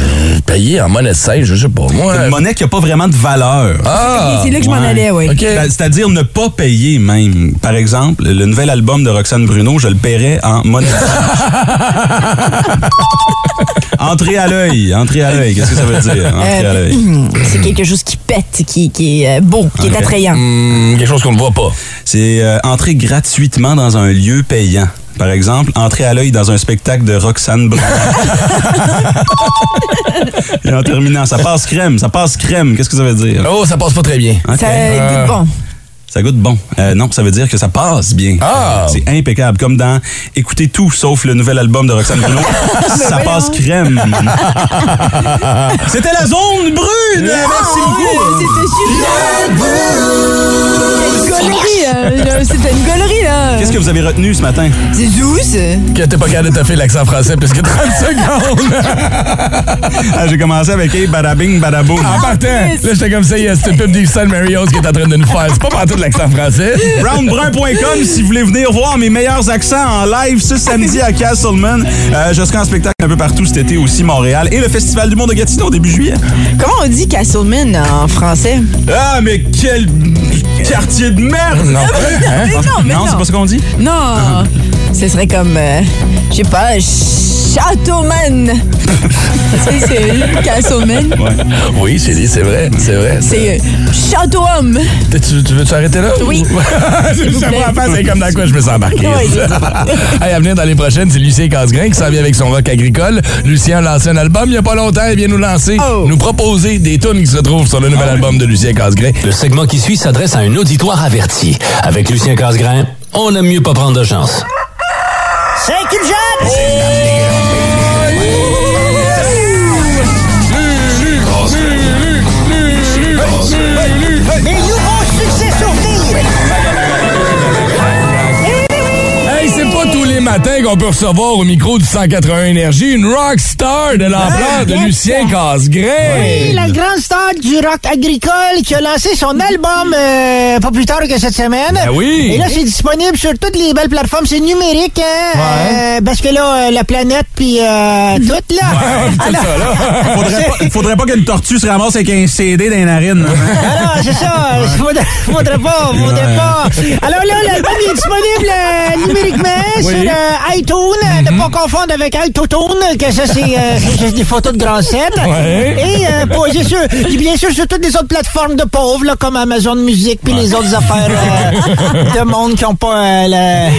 Payé en monnaie de singe, je sais pas. Moi,
Une monnaie qui n'a pas vraiment de valeur.
ah,
C'est là que je m'en
ouais.
allais, oui.
OK.
C'est- C'est-à-dire ne pas payer même. Par exemple, le nouvel album de Roxane Bruno, je le paierais en monnaie.
[LAUGHS]
entrée à l'œil, entrée à l'œil, qu'est-ce que ça veut dire? Entrée à
Euh,
l'œil.
[CLEARS THROAT] C'est quelque chose qui pète, qui, qui est euh, beau, qui est
Ok.
attrayant.
Hmm, quelque chose qu'on ne voit pas.
C'est euh, entrer gratuitement dans un lieu payant. Par exemple, entrer à l'œil dans un spectacle de Roxane
[LAUGHS]
Bruno. Et en terminant, ça passe crème, ça passe crème, qu'est-ce que ça veut dire?
Oh, ça passe pas très bien.
Ok. Ah.
Ça goûte bon.
Ça goûte bon. Euh, non, ça veut dire que ça passe bien.
Ah!
C'est impeccable. Comme dans Écoutez tout sauf le nouvel album de Roxane Bruno. ça passe crème. C'était la zone brune! Ah,
Ah,
Merci beaucoup!
Gaulerie,
[LAUGHS]
euh, C'était une gaulerie, là.
Qu'est-ce que vous avez retenu ce matin?
C'est douce.
Que t'es pas capable de te faire l'accent français plus que 30 secondes.
Ah, J'ai commencé avec Hey, badabing, badaboum.
En partant, Ah, là, j'étais comme ça, yes, c'est le pub d'Yves Saint Marios qui est en train de nous faire. C'est pas partout de l'accent français.
brownbrun.com si vous voulez venir voir mes meilleurs accents en live ce samedi à Castleman. Euh, je serai en spectacle un peu partout cet été aussi, Montréal. Et le Festival du Monde de Gatineau début juillet.
Comment on dit Castleman en français?
Ah, mais quel... Quartier de merde!
Non.
Mais
Hein?
non, mais non.
c'est pas ce qu'on dit?
[LAUGHS]
Non, ce serait comme, euh, je sais pas, Châteauman.
[LAUGHS]
Tu sais, c'est Castleman.
Oui, Chélie, c'est vrai, c'est vrai.
C'est euh, Châteauhomme.
T'es- Tu, tu veux-tu arrêter là?
Oui.
[LAUGHS] C'est
vous
ça,
plaît.
moi, en face, c'est comme dans quoi je me suis embarqué.
Oui,
[LAUGHS]
c'est
hey, à venir dans les prochaines, c'est Lucien Casgrain qui s'en vient avec son rock agricole. Lucien a lancé un album il n'y a pas longtemps. Il vient nous lancer,
Oh.
nous proposer des tunes qui se retrouvent sur le nouvel album de Lucien Casgrain.
Le segment qui suit s'adresse à un auditoire averti. Avec Lucien Casgrain, on aime mieux pas prendre de chance.
Hey, c'est pas tous les matins qu'on peut recevoir au micro du 181 Énergie une rock star de l'ampleur de Lucien Casgrain.
Et la grande star du rock agricole qui a lancé son album euh, pas plus tard que cette semaine.
Ben oui.
Et là, c'est disponible sur toutes les belles plateformes. C'est numérique, hein?
Ouais.
euh, parce que là, euh, la planète, puis euh, tout, là.
C'est ça, là.
Faudrait pas, faudrait pas qu'une tortue se ramasse avec un CD dans les narines.
Alors, c'est ça. il Faudrait, faudrait pas, faudrait pas. Alors là, l'album il est disponible euh, numériquement sur euh, iTunes. Ne pas confondre avec iTunes, que ça, c'est euh, c'est juste des photos de grands sets.
Ouais.
Et euh, posé sur, puis bien sûr, sur toutes les autres plateformes de pauvres, là, comme Amazon Music, puis les autres affaires euh, de monde qui n'ont pas euh, le-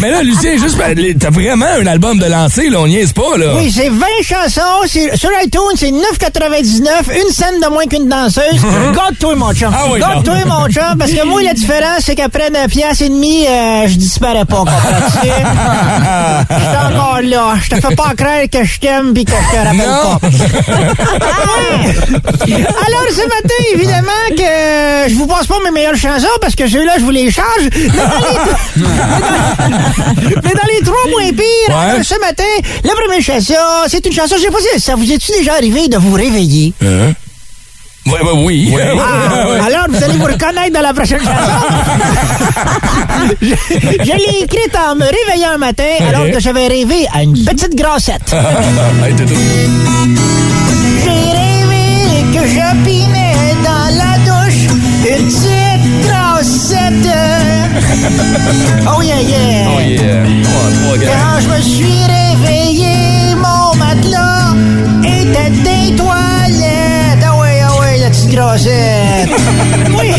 Mais là, Lucien, juste, ben, les- t'as vraiment un album de lancer, là. On niaise pas, là.
Oui, c'est 20 chansons. c'est- Sur iTunes, c'est 9,99. Une scène de moins qu'une
[LAUGHS]
danseuse. Garde-toi, mon chum.
Ah oui,
Garde-toi, mon chum. Parce que moi, la différence, c'est qu'après une pièce et demie, euh, je disparais pas. comprends-tu?
[LAUGHS]
Je suis encore là. Je te fais pas craindre que je t'aime pis que je te rappelle
Non. Ah
pas. [LAUGHS] Alors, ce matin, évidemment, que euh, je vous passe pas mes meilleures chansons parce que ceux-là, je vous les charge. Mais dans les, Mais dans les trois moins pires,
Ouais.
alors, ce matin, la première chanson, c'est une chanson, je sais pas si ça vous est-tu déjà arrivé de vous réveiller?
Hein? Ouais, ouais, oui.
Ah, alors, vous allez vous reconnaître dans la prochaine chanson. je je l'ai écrite en me réveillant un matin alors que j'avais rêvé à une petite grassette. Ah.
Hey, t'es tout-
J'ai rêvé que j'opinais dans la douche une petite grossette. Oh yeah, yeah.
Oh yeah. Trois, trois, quatre.
Quand je me suis réveillé, mon matelas était des toilettes. Ah ouais, ah ouais, la petite grossette. [LAUGHS] Oui.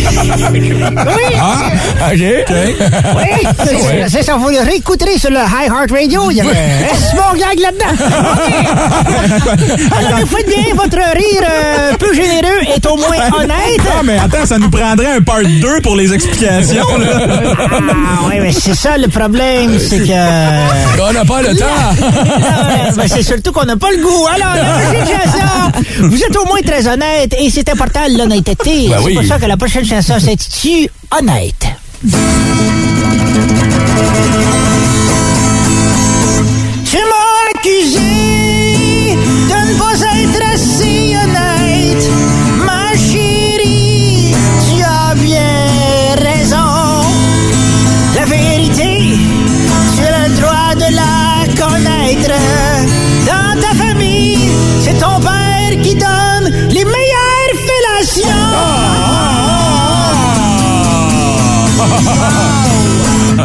Oui.
Ah, OK.
Oui, c'est- c'est ça, vous le réécouterez sur le High Heart Radio. Il y avait un petit bon gag [LAUGHS] là-dedans. Ok. Alors, vous faites bien, votre rire euh, peu généreux est au moins honnête.
Non, Ah, mais attends, ça nous prendrait un part 2 pour les explications, là.
Ah oui, mais c'est ça le problème, c'est que...
On n'a pas le
[LAUGHS]
temps.
Ah, ben, [LAUGHS] c'est surtout qu'on n'a pas le goût. Alors, la prochaine chanson, vous êtes au moins très honnête et c'est important l'honnêteté.
Ben
c'est
oui.
pour ça que la prochaine chanson s'intitule Honnête. Tu m'as accusé de ne pas être assez honnête. Ma chérie, tu as bien raison. La vérité, tu as le droit de la connaître. Dans ta famille, c'est ton père qui donne les meilleures fellations.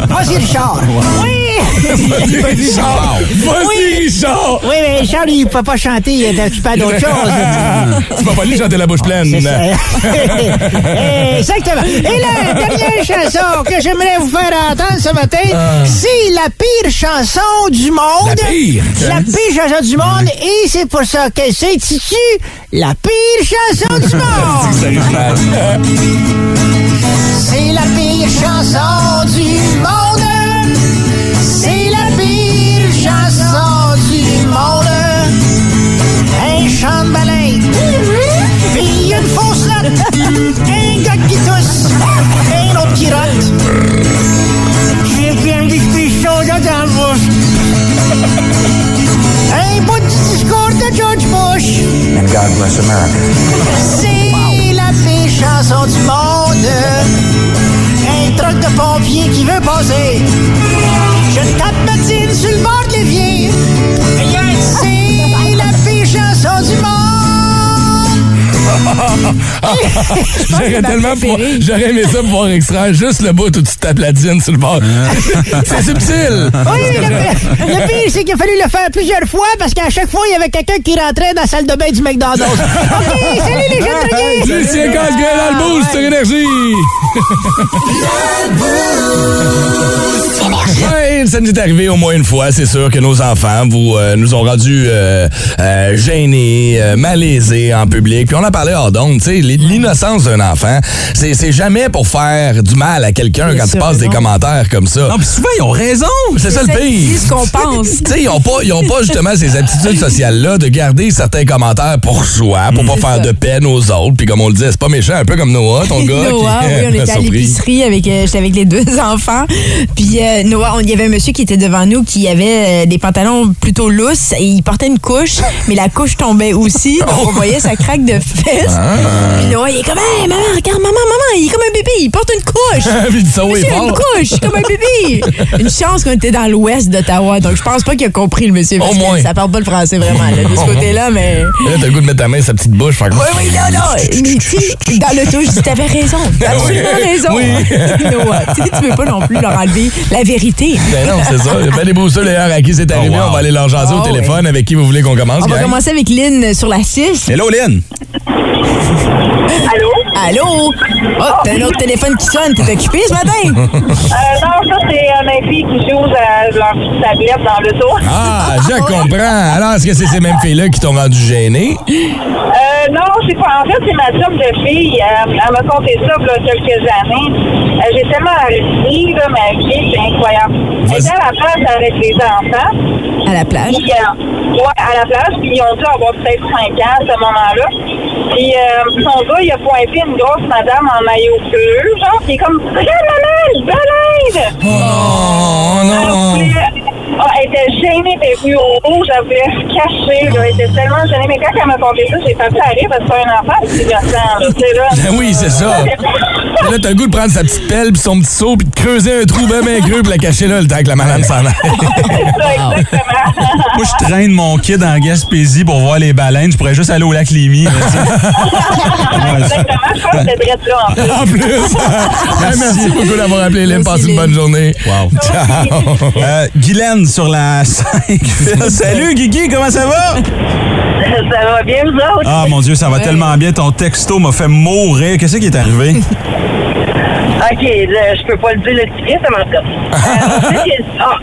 Vas-y, Richard. Oui!
Vas-y, Richard. Vas-y, Richard.
Oui, mais Richard, il peut pas chanter, il est occupé à [LAUGHS] d'autres choses.
Tu vas pas lui chanter la bouche pleine.
C'est ça.
[LAUGHS]
Eh, Exactement. Et la dernière chanson que j'aimerais vous faire entendre ce matin, c'est la pire chanson du monde.
Ah. La pire? Hein?
La pire chanson du monde. Et c'est pour ça qu'elle s'intitule La pire chanson
[LAUGHS]
du monde. C'est la pire chanson du monde. C'est la pire chanson du monde. Un chant de baleine. Puis une fausse note. Un gars qui tousse. Un autre qui rote. J'ai bien dit que t'es chaud là dans la bouche. Un bout du discours de George Bush. C'est la pire chanson du monde. Un truc de pompier qui veut passer. Je tape ma tine sur le bord de l'évier. C'est la pire chanson du monde.
pense que c'est
[LAUGHS]
[LAUGHS]
J'aurais
ma
tellement
préférée.
pouvoir- J'aurais aimé ça pouvoir extraire juste le bout où tu tapes la dîne sur le bord.
Ah.
[LAUGHS] c'est subtil.
Oui, le pire, le pire, c'est qu'il a fallu le faire plusieurs fois parce qu'à chaque fois, il y avait quelqu'un qui rentrait dans la salle de bain du McDonald's.
[LAUGHS]
OK, salut les jeunes drogués!
Lucien Casgrain dans le
Ah,
boost sur Énergie. Ouais, ça nous est arrivé au moins une fois. C'est sûr que nos enfants vous, euh, nous ont rendus euh, euh, gênés, euh, malaisés en public. Puis on a parlé hors d'onde, tu sais, l- l'innocence d'un enfant, c'est c'est jamais pour faire du mal à quelqu'un
Bien
quand tu
sûr,
passes des
non.
commentaires comme ça.
Non, puis souvent, ils ont raison.
C'est ça le
Ça,
pire.
C'est ce qu'on pense.
Tu sais, ils n'ont pas, ils ont pas justement ces aptitudes sociales-là de garder certains commentaires pour soi, pour pas faire de
ça.
peine aux autres. Puis comme on le disait, c'est pas méchant, un peu comme Noah, ton gars.
Noah,
qui-
oui, on était
[LAUGHS]
à
Surpris.
l'épicerie avec, euh, j'étais avec les deux [LAUGHS] enfants. Puis euh, Noah, on- il y avait un monsieur qui était devant nous qui avait euh, des pantalons plutôt lousses et il portait une couche, mais la couche
[LAUGHS]
tombait aussi. Donc on voyait sa craque de fesses.
Ah.
Puis Noah, il est comme, hey, maman, regarde, maman, maman, il est comme un bébé, il porte
[LAUGHS]
une couche.
Puis il dit ça haut et
Monsieur,
fort.
une couche, comme un bébé. Une chance qu'on était dans l'ouest d'Ottawa, donc je pense pas qu'il a compris le monsieur. parce que
moins.
Ça parle pas le français vraiment, là, de ce côté-là, mais.
Là, t'as le goût de mettre ta main sur sa petite bouche. Fait que-
Oui, oui,
[LAUGHS]
non, non. Mais tu sais, dans l'auto, je dis, t'avais raison. T'as absolument raison. [LAUGHS] Noah, tu sais, tu veux pas non plus leur enlever la vérité.
Ben non, c'est ça. Il y a bien des boosters, d'ailleurs, à qui c'est arrivé.
wow.
On va aller leur jaser
Ah bah,
au
ouais.
téléphone. Avec qui vous voulez qu'on commence,
On va
gang?
commencer avec Lynn sur la 6.
Hello, Lynn.
Allô?
Allô? Oh, t'as un autre téléphone qui sonne. T'es occupé ce matin?
Euh, non, ça, c'est euh, mes filles qui jouent à leur petite tablette dans l'auto.
Ah, je comprends. Alors, est-ce que c'est ces mêmes filles-là qui t'ont rendu gêné?
Euh, non, c'est pas. En fait, c'est ma job de fille. Euh, elle m'a conté ça il y a quelques années. Euh, J'ai tellement réussi, là, ma fille, c'est incroyable. Elle était à la place avec les enfants.
À la plage.
Puis, euh, ouais, à la place, puis ils ont dû avoir peut-être 5 ans à ce moment-là. Puis, euh, son gars, il a pointé une grosse madame en maillot bleu, genre, qui est comme Très malade, balade!
Oh
Elle
non!
voulait- Ah, elle était gênée des rues au rouge, elle voulait se cacher, là. Elle était tellement gênée. Mais quand elle m'a conté ça, j'ai fait ça rire parce que c'est un enfant, c'est innocent, là, tu sais, là.
Ben oui, c'est ça. Mais Là, t'as le goût de prendre sa petite pelle puis son petit seau puis de creuser un trou bien ben creux puis la cacher là le temps que la madame s'en aille.
[LAUGHS] C'est ça, exactement.
[LAUGHS] Moi, je traîne mon kid en Gaspésie pour voir les baleines. Je pourrais juste aller au lac Lémy. là, tu sais.
Exactement, je pense que c'est drette là, en fait.
[LAUGHS] En
[LAUGHS]
plus! Merci, beaucoup d'avoir appelé Lynn. Passe
Merci,
une bonne journée. Wow. Ciao!
Euh, Guylaine sur
[LAUGHS]
la [LAUGHS] 5. Salut, Guigui, comment ça va?
Ça va bien, vous autres?
Ah, mon Dieu, ça va
Ouais.
tellement bien. Ton texto m'a fait mourir. Qu'est-ce qui est
[LAUGHS]
arrivé?
OK, là, je peux pas le dire le petit gars, ça m'en cas. Euh, tu sais, ah,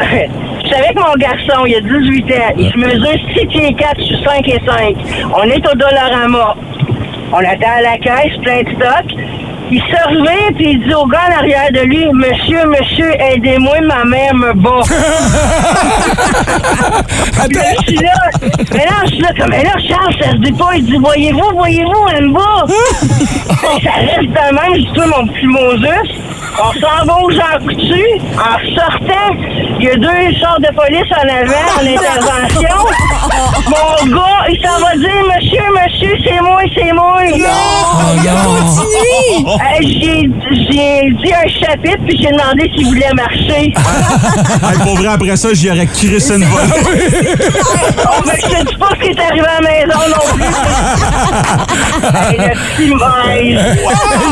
je suis avec mon garçon, il a 18 ans. Il se mesure 6 pieds 4 sur 5 et 5. On est au Dollarama. On attend à la caisse, plein de stock. Il se revient puis il dit au gars en arrière de lui, « Monsieur, monsieur, aidez-moi, ma mère me bat. » Puis là, je suis là, mais là, je suis là, comme, mais là, Charles, ça se dit pas. Il dit, voyez-vous, voyez-vous, elle me bat. ça reste de même, je dis, Toi, mon petit Moses. On s'en va aux gens coutus. En sortant, il y a deux sortes de police en avant, en intervention. Mon gars, il s'en va dire, monsieur, monsieur, c'est moi, c'est moi.
Continue!
Euh, j'ai, j'ai dit un chapitre, puis j'ai demandé s'il voulait marcher.
Hey, pour vrai, après ça, j'y aurais crissé une volée.
Oh, ben, je te dis pas ce qui est arrivé à la maison non
[LAUGHS]
plus. hey, le petit malaise.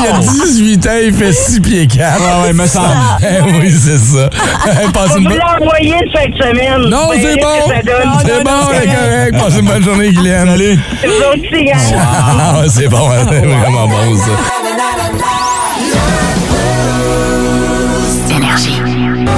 Il a 18 ans, il fait 6 pieds 4.
Ah ouais, me semble.
Eh oui, c'est ça.
[LAUGHS]
Passe
Faut
une
vous
bonne...
l'envoyer de fin de semaine.
Non,
Ben,
c'est
qu'est-ce
bon.
que ça donne?
C'est bon, c'est correct. Passe une bonne journée, Guylaine. Salut.
C'est vous autres, c'est gars.
Ah, c'est bon, hein, c'est vraiment bon, ça.
Énergie.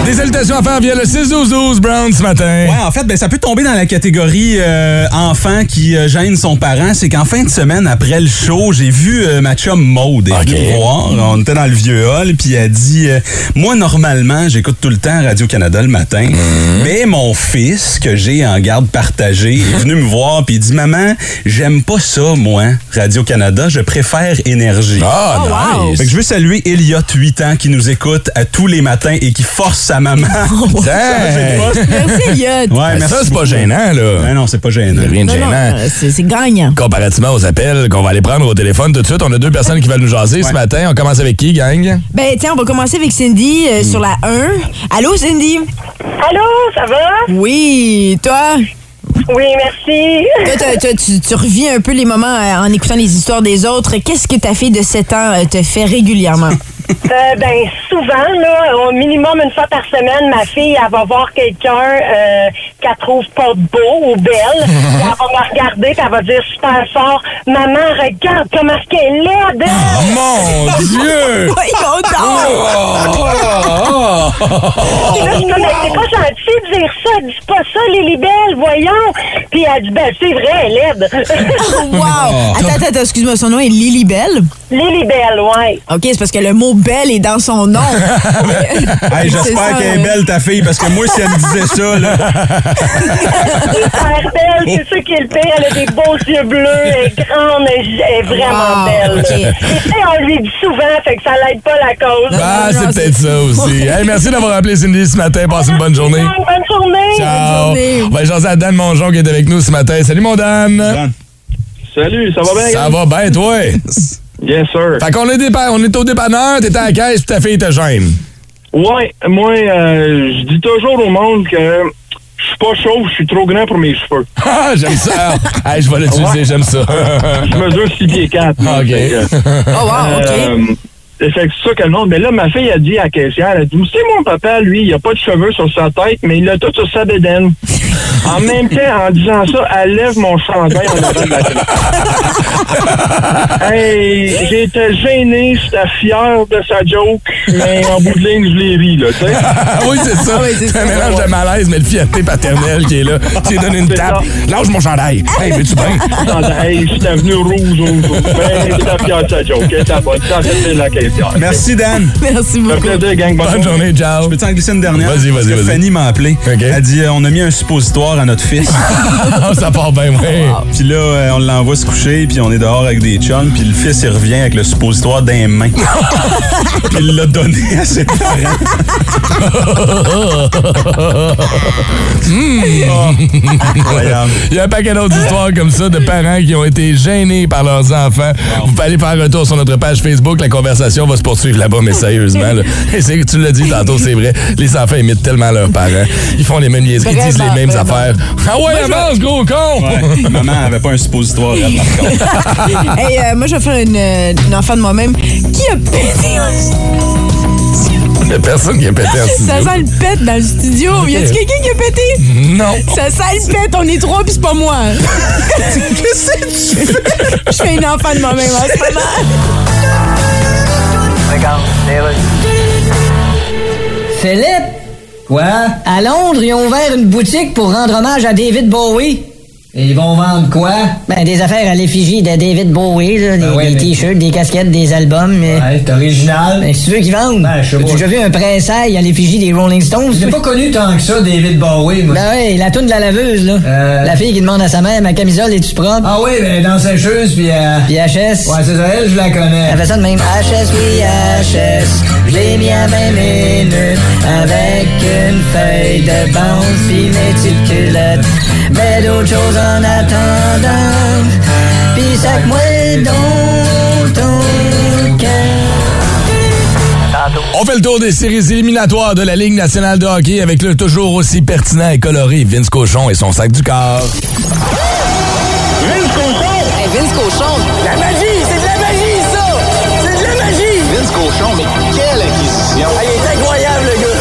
Des salutations à faire via le 6-12-12 Brown ce matin.
Ouais, en fait, ben, ça peut tomber dans la catégorie euh, enfant qui euh, gêne son parent. C'est qu'en fin de semaine, après le show, j'ai vu euh, ma chum Maude. Elle est venue me voir. On était dans le vieux hall, puis elle dit euh, Moi, normalement, j'écoute tout le temps Radio-Canada le matin,
Mhm.
mais mon fils, que j'ai en garde partagée, est venu me voir, puis il dit Maman, j'aime pas ça, moi, Radio-Canada, je préfère Énergie.
Ah,
Oh, wow.
Fait que je veux saluer Elliot, 8 ans, qui nous écoute à tous les matins et qui force sa
[LAUGHS]
maman.
Dang.
Merci,
[LAUGHS]
Elliot.
Ouais,
Ben,
merci
ça, c'est pas
beaucoup.
gênant, là.
Ben non, c'est pas gênant.
Rien de
Non, non,
gênant.
euh, c'est c'est gagnant.
Comparativement aux appels qu'on va aller prendre au téléphone tout de suite, on a deux personnes qui veulent nous jaser ce
Ouais.
matin. On commence avec qui, gang?
Ben, tiens, on va commencer avec Cindy euh, sur la 1. Allô, Cindy?
Allô, ça va?
Oui, toi?
Oui, merci.
Toi, t'as- t'as- tu, tu revis un peu les moments euh, en écoutant les histoires des autres. Qu'est-ce que ta fille de 7 ans euh, te fait [LAUGHS] régulièrement?
Euh, ben souvent là, au minimum une fois par semaine, ma fille elle va voir quelqu'un euh, qu'elle trouve pas beau
[LAUGHS]
ou belle, Puis elle va me regarder, puis elle va dire super fort, maman regarde comment est-ce qu'elle est laide.
mon Dieu!
Voyons Puis là, je suis comme, Ben, c'est pas gentil de dire ça, dis pas ça, Lily Belle, voyons. Puis elle dit, ben, c'est vrai, elle est laide.
Oh, wow! Attends, attends, attends, excuse-moi, son nom est Lily Belle?
Lily Belle, ouais.
OK, c'est parce que le mot belle est dans son [LAUGHS] nom.
[LAUGHS] Hey,
C'est ça,
J'espère qu'elle est
ouais.
belle, ta fille, parce que moi, si elle me disait ça, là...
Super belle, c'est ça qui est le pire. Elle a des beaux yeux bleus, elle est grande, elle est vraiment
Ah,
belle.
ok.
Et tu sais, on lui dit souvent, fait que ça l'aide pas la cause.
Ah, c'est peut-être ça aussi. Hey, merci d'avoir appelé Cindy ce matin. Passez une bonne journée.
Bonne journée.
Ciao. On va jaser à Dan Mongeon qui est avec nous ce matin. Salut, mon Dan.
[LAUGHS] Salut, ça va bien?
Ça va bien, toi?
Yes, sir.
Fait qu'on est, dépa- on est au dépanneur, t'es à la caisse, puis ta fille te gêne.
Ouais, moi, euh, je dis toujours au monde que je suis pas chauve, je suis trop grand pour mes cheveux.
Ah, j'aime ça. [LAUGHS] hey, je vais l'utiliser,
Ouais.
j'aime ça. [LAUGHS]
Je mesure 6 pieds 4.
Ah,
OK.
euh,
Oh, wow, OK.
Euh,
c'est ça que le monde. Mais là, ma fille a dit à la caissière, elle a dit, c'est mon papa, lui, il a pas de cheveux sur sa tête, mais il a tout sur sa bédaine. en même temps, en disant ça, elle lève mon chandail en avant de la tête. Hey, j'étais gêné, j'étais fier de sa joke, mais en bout de ligne, je l'ai ri, là, tu sais.
Ah oui, c'est ça. c'est un mélange de malaise, mais de fierté paternelle qui est là. Tu lui donnes une
C'est
tape. Lâche mon chandail. Hey, veux-tu bien?
Hey, j'étais venu rouge aujourd'hui. Ben, j'étais fier de sa joke. Elle était bonne. Ça, c'était la caissière.
Merci, Dan.
Merci
Ça
beaucoup.
fait plaisir, gang. Bonne
Bonne
journée.
journée, ciao.
Je peux t'en glisser une dernière?
Vas-y, vas-y,
Parce que
vas-y.
Fanny m'a appelé.
OK.
Elle dit euh, on a mis un suppositoire à
[LAUGHS]
notre fils.
Ah, ça part bien, oui.
puis là, euh, on l'envoie se coucher, puis on est dehors avec des chums, puis le fils, il revient avec le suppositoire dans
[LAUGHS]
les mains. puis il l'a donné à ses parents.
Ah.
Incroyable.
[LAUGHS] Il y a un paquet
[LAUGHS]
d'autres histoires comme ça de parents qui ont été gênés par leurs enfants. Vous pouvez aller faire un tour sur notre page Facebook. La conversation va se poursuivre là-bas, mais sérieusement.
[LAUGHS]
là. Et c'est que tu l'as dit tantôt, c'est vrai. Les enfants imitent tellement leurs parents. Ils font les mêmes liaisons, ils disent les
Vraiment,
mêmes
vraiment.
affaire. Ah ouais, avance, gros con!
Ouais. Maman avait pas
[LAUGHS]
un suppositoire, elle, par contre.
Hey, euh, moi, je vais faire une, euh, une enfant de moi-même. Qui a pété un
Il y a personne qui a pété un
Ça
ciseau.
sent le pète dans le studio. Y a-tu quelqu'un qui a pété?
Non.
Ça sent le pète, on est trois pis c'est pas moi. [LAUGHS] Qu'est-ce que tu fais? Je fais une enfant de moi-même hein, en ce moment.
Philippe! Quoi? À Londres, ils ont ouvert une boutique pour rendre hommage à David Bowie. Et ils vont vendre quoi? Ben, des affaires à l'effigie de David Bowie, là, des, des t-shirts, des casquettes, des albums. Ah Ouais, c'est original. Ben, si tu veux qu'ils vendent. Ben, je sais déjà vu un pressail à l'effigie des Rolling Stones? C'est pas connu tant que ça, David Bowie, moi. Ben ouais, la toune de la laveuse, là. La fille qui demande à sa mère, ma camisole, est tu propre? Euh. Ah oui, ben, dans sa cheuse, puis Puis HS. Ouais, c'est ça, elle, je la connais. Elle fait ça de même. HS, oui, HS. Je l'ai mis à 20 minutes avec une feuille de bande pis mes petites culottes. Mais d'autres choses en attendant. Pis sac moi dans ton cœur.
On fait le tour des séries éliminatoires de la Ligue nationale de hockey avec le toujours aussi pertinent et coloré Vince Cochon et son sac du corps.
Vince Cochon. La magie, c'est de la magie, ça! C'est de la magie! Vince Cochon, mais quelle acquisition! il est incroyable, le gars!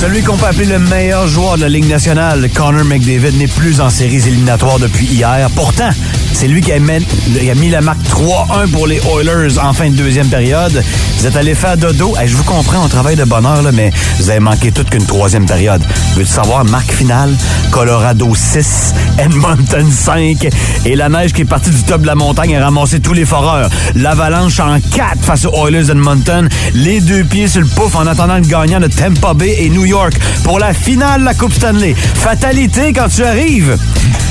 Celui qu'on peut appeler le meilleur joueur de la Ligue nationale, Connor McDavid, n'est plus en séries éliminatoires depuis hier. Pourtant, c'est lui qui a, mis- qui a mis la marque 3-1 pour les Oilers en fin de deuxième période. Vous êtes allé faire dodo. Hey, je vous comprends, on travaille de bonne heure, là, mais vous avez manqué toute qu'une troisième période. Veux-tu savoir, marque finale, Colorado 6, Edmonton 5, et la neige qui est partie du top de la montagne a ramassé tous les foreurs. L'avalanche en 4 face aux Oilers d'Edmonton. Les deux pieds sur le pouf en attendant le gagnant de Tampa Bay et New York pour la finale de la Coupe Stanley. Fatalité quand tu arrives!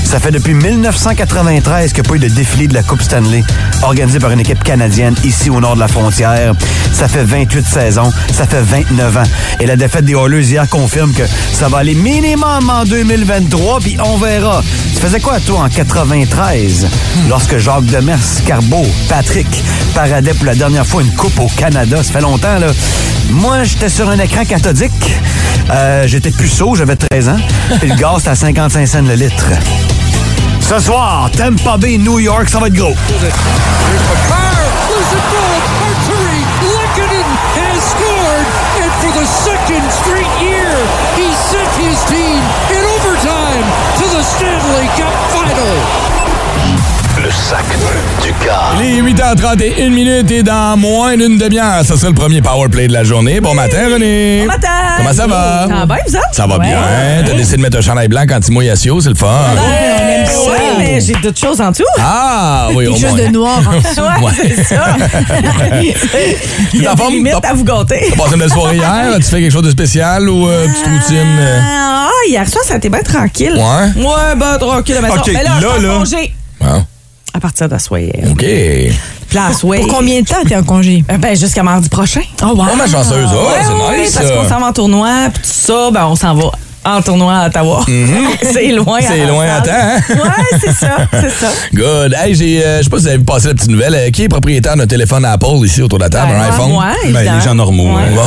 Ça fait depuis 1993 qu'il n'y a pas eu de défilé de la Coupe Stanley, organisé par une équipe canadienne ici au nord de la frontière. Ça fait 28 saisons, ça fait 29 ans. Et la défaite des Oilers hier confirme que ça va aller minimum en 2023, puis on verra. Ça faisais quoi, toi, en 93, lorsque Jacques Demers, Carbeau, Patrick paradaient pour la dernière fois une coupe au Canada? Ça fait longtemps, là. Moi, j'étais sur un écran cathodique. Euh, j'étais puceau, j'avais 13 ans. Puis le gaz, c'était à 55 cents le litre. Ce soir, Tampa Bay, New York, ça va être gros.
scored, and for the second straight year, he sent his team in overtime to the Stanley Cup final.
Le sac du gars.
Il est 8h31 minutes et dans moins d'une demi-heure, ce sera le premier power play de la journée. Bon matin, René. Bon matin. Comment ça
Ça
va?
va bien, vous autres?
Ça va
Ouais.
bien. T'as décidé de mettre un chandail blanc quand il mouille à Sio, c'est le fun.
Ouais, Oh, ben, on aime ça. Eh Ouais, mais j'ai d'autres choses en dessous.
Ah, oui, au
Quelque chose
moins.
de noir en dessous.
[LAUGHS] Ouais.
ouais, c'est ça. [LAUGHS] Il y a des limites à vous gâter.
T'as passé une belle soirée hier? Tu fais quelque chose de spécial ou euh, tu te routines? euh?
Ah, hier soir, ça a été bien tranquille.
Ouais.
Ouais, ben tranquille à la maison.
Ok,
Mais là, je
là,
suis
là.
en congé. À partir de soir.
euh? Ah, OK.
Place, ouais. Pour combien de temps t'es en congé? Ben, jusqu'à mardi prochain. Oh, wow.
Oh, ma chanceuse. Oh,
Ouais,
c'est
ouais,
nice,
Parce
ça.
qu'on s'en va en tournoi, puis tout ça, ben, on s'en va en tournoi à Ottawa. [LAUGHS] c'est loin.
Mm-hmm. C'est loin à temps, hein?
Ouais, c'est ça, c'est ça.
Good. Hey, j'ai, euh, je sais pas si vous avez passé la petite nouvelle. Euh, qui est propriétaire d'un téléphone Apple ici autour de la table,
Ben,
un iPhone?
moi, évidemment.
les gens normaux, hein.
[LAUGHS]
Bon.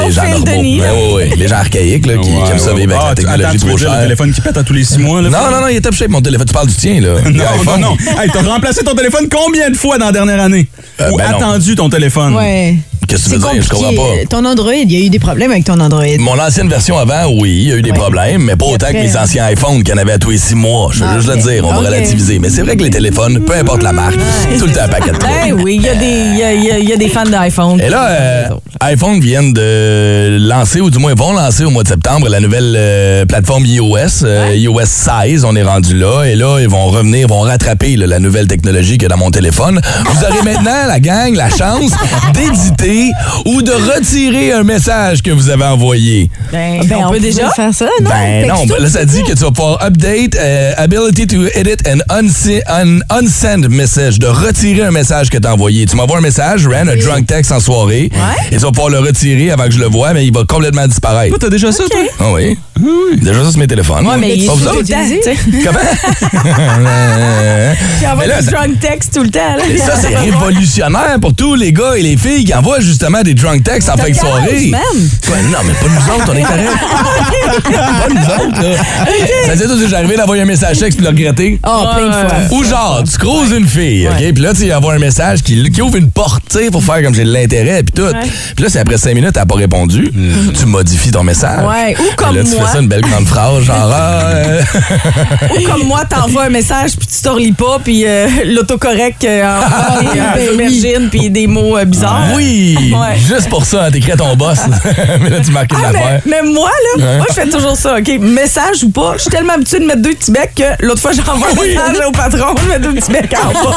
Sauf
les gens
Phil
normaux.
Denis, là.
Ben oui, oui, Les gens archaïques là, qui, qui aiment ça
ouais.
vivre avec
Ah,
la
tu- attends,
technologie
tu veux
trop
dire le
chère.
téléphone qui pète à tous les six mois. Là,
Non, non, non, il est top shape, mon téléphone. Tu parles du tien, là.
[LAUGHS] non, non, non. Hey, t'as remplacé ton téléphone combien de fois dans la dernière année? Ou
ben non.
attendu ton téléphone?
Ouais.
Qu'est-ce que tu
C'est
veux dire? Je
compliqué.
comprends pas.
Ton Android, il y a eu des problèmes avec ton Android.
Mon ancienne version avant, oui, il y a eu des problèmes, mais pas autant que
Après,
mes
euh,
anciens iPhones qu'il y en avait à tous les six mois. Je veux juste le dire, on va
Ok.
relativiser. Mais c'est vrai que les téléphones, peu importe la marque, c'est tout le temps un paquet de trucs.
Ben oui, il y, a des- il y a, il y a- il y a des fans d'iPhone.
Et là, euh, iPhone viennent de lancer, ou du moins vont lancer au mois de septembre, la nouvelle euh, plateforme iOS, euh, iOS 16. On est rendu là. Et là, ils vont revenir, vont rattraper là, la nouvelle technologie qu'il y a dans mon téléphone. Vous aurez maintenant, la gang, la chance d'éditer ou de retirer un message que vous avez envoyé.
Ben,
Ben,
on,
on
peut
pouvait
déjà
faire ça, non?
Ben non, ben là, ça dit que tu vas pouvoir update, euh, ability to edit and unse- un- unsend message, de retirer un message que t'as envoyé. Tu m'envoies un message, Ran, un drunk text en soirée, et tu vas pouvoir le retirer avant que je le voie, mais il va complètement disparaître. Toi, t'as déjà ça, toi? Ah oui. Déjà ça sur mes téléphones.
Ouais, mais il est
Pas vous
tout
autres?
le temps, tu sais. Puis
Mais
envoie
là,
du
ça-
drunk text tout le temps. là.
Et ça, c'est révolutionnaire pour tous les gars et les filles qui envoient justement des drunk texts en
Ça
fin de
gage,
soirée.
même.
Ouais, non, mais pas nous autres, on est correct.
[LAUGHS]
pas nous autres, là. Ça dit, toi, j'ai arrivé d'envoyer un message texte puis le regretter.
Oh, plein de fois.
Ou genre, tu creuses une fille, OK? Puis là, tu envoies un message qui, qui ouvre une porte, tu sais, pour faire comme j'ai de l'intérêt, puis tout. Puis là, c'est après cinq minutes, t'as pas répondu. Tu modifies ton message.
Mm-hmm. Ouais, ou comme
là, tu
moi.
fais ça une belle grande phrase, genre... Ah, euh,
Ou comme moi, t'envoies un message, puis tu te relis pas, puis euh, l'autocorrect euh, en parle, et, euh, virgine, puis des mots euh, bizarres.
oui!
[LAUGHS] Ouais.
Juste pour ça, t'écris à ton boss. [LAUGHS] mais là, tu marques une
Ah,
affaire.
mais, mais moi, là,
Ouais.
moi, je fais toujours ça, OK? Message ou pas, je suis tellement habituée de mettre deux petits becs que l'autre fois, j'envoie un message au patron, je mets deux petits becs en bas.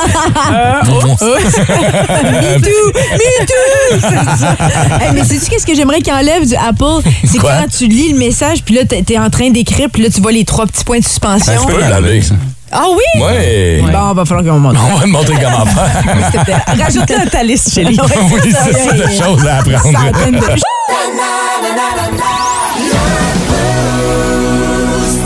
Euh, oh, [LAUGHS] oh.
Me too! Me too! C'est ça. Hey, mais sais-tu qu'est-ce que j'aimerais qu'il enlève du Apple? C'est
Quoi?
quand tu lis le message, puis là, t'es t'es en train d'écrire, puis là, tu vois les trois petits points de suspension.
Ben, tu peux l'enlever.
Ah oui?
Ouais.
Bon, va falloir qu'on monte.
On va te montrer comment [LAUGHS] faire.
[LAUGHS] Rajoute-le à ta liste,
[LAUGHS]
chérie.
oui, c'est ça la chose à apprendre. [LAUGHS]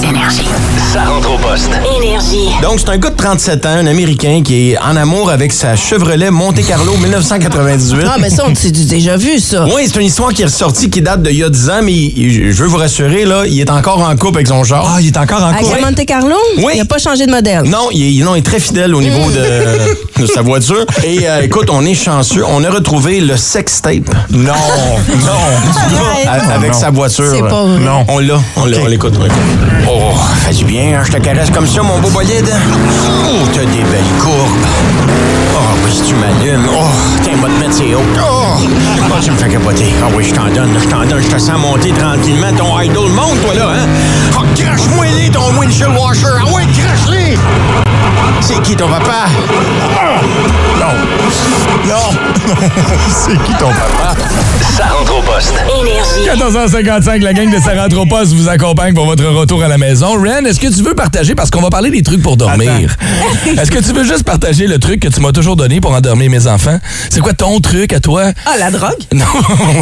Énergie. Ça rentre au poste. Énergie.
Donc, c'est un gars de 37 ans, un Américain, qui est en amour avec sa Chevrolet Monte Carlo 1998.
Ah, mais ça, on s'est déjà vu, ça.
Oui, c'est une histoire qui est ressortie, qui date d'il y a 10 ans, mais il- je veux vous rassurer, là, il est encore en couple avec son genre. Ah, il est encore
À Monte Carlo? Il n'a pas changé de modèle.
Non, il est, non, il est très fidèle au niveau
[LAUGHS]
de, de sa voiture. Et euh, écoute, on est chanceux. On a retrouvé le sextape. [LAUGHS] Non, non.
Arrête.
Avec
Non.
sa voiture.
C'est pas vrai.
Non. On l'a. On l'a. On l'écoute. on l'écoute. Oh, fais du bien. hein, je te caresse comme ça, mon beau bolide. Oh, t'as des belles courbes. Oh, oui, tu m'allumes. Oh, tiens, va te mettre ses hauts. Oh, oh, tu me fais capoter. Ah oui, je t'en donne. Je t'en donne. Je te sens monter tranquillement. Ton idol monte, toi, là. Hein? Oh, crache-moi les, ton windshield washer. Ah oui, crache-les. C'est qui ton papa? Non,
Non! Non! C'est qui ton papa?
Ça rentre au poste. Énergie.
14h55, la gang de Ça rentre au poste vous accompagne pour votre retour à la maison. Ren, est-ce que tu veux partager, parce qu'on va parler des trucs pour dormir. Est-ce que tu veux juste partager le truc que tu m'as toujours donné pour endormir mes enfants? C'est quoi ton truc à toi? [LAUGHS]
Ah, la drogue?
Non,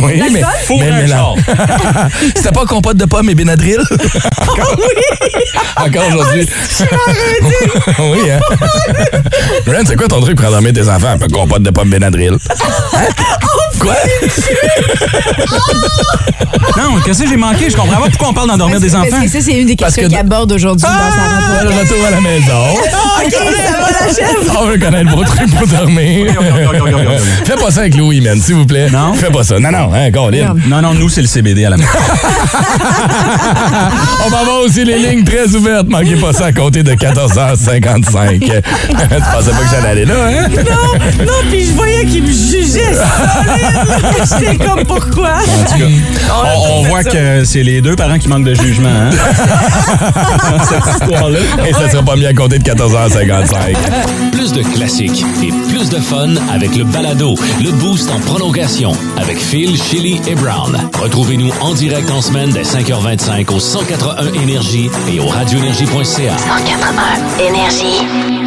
oui, mais,
L'alcool?
mais,
Fourrer un
mais là-
char.
[LAUGHS] C'était pas compote de pommes et Benadryl? Encore, [LAUGHS] Encore aujourd'hui. [LAUGHS] oui, hein? Ren, c'est quoi ton truc pour endormir tes enfants? Ben, compote de pommes Benadryl. Quoi?
Non, qu'est-ce que j'ai manqué? Je comprends pas pourquoi on parle d'endormir des enfants.
Parce que ça, c'est une des
Parce
questions
que-
qu'il aborde aujourd'hui dans sa
Ah,
rencontre.
Le retour à la maison.
[LAUGHS] OK, ça va, la chef?
On veut connaître vos trucs pour dormir. Fais pas ça avec Louis, man, s'il vous plaît. Non. Fais pas ça. Non, non, hein, Colin.
Non, non, nous, c'est le CBD à la maison.
[LAUGHS] On va avoir aussi les lignes très ouvertes. Manquez pas ça à compter de 14h55. [LAUGHS] tu pensais pas que j'allais aller là, hein?
Non, non, puis je voyais qu'il me jugeait
[LAUGHS]
solide. J'étais comme pourquoi?
En tout cas, on, on voit que c'est les deux parents qui manquent de jugement. Hein? Cette histoire-là.
Et [LAUGHS] ça sera pas mis à compter de 14h55.
Plus de classiques et plus de fun avec le balado, le boost en prolongation avec Phil, Chili et Brown. Retrouvez-nous en direct en semaine dès 5h25 au 181 Énergie et au radioénergie.ca.
181 Énergie.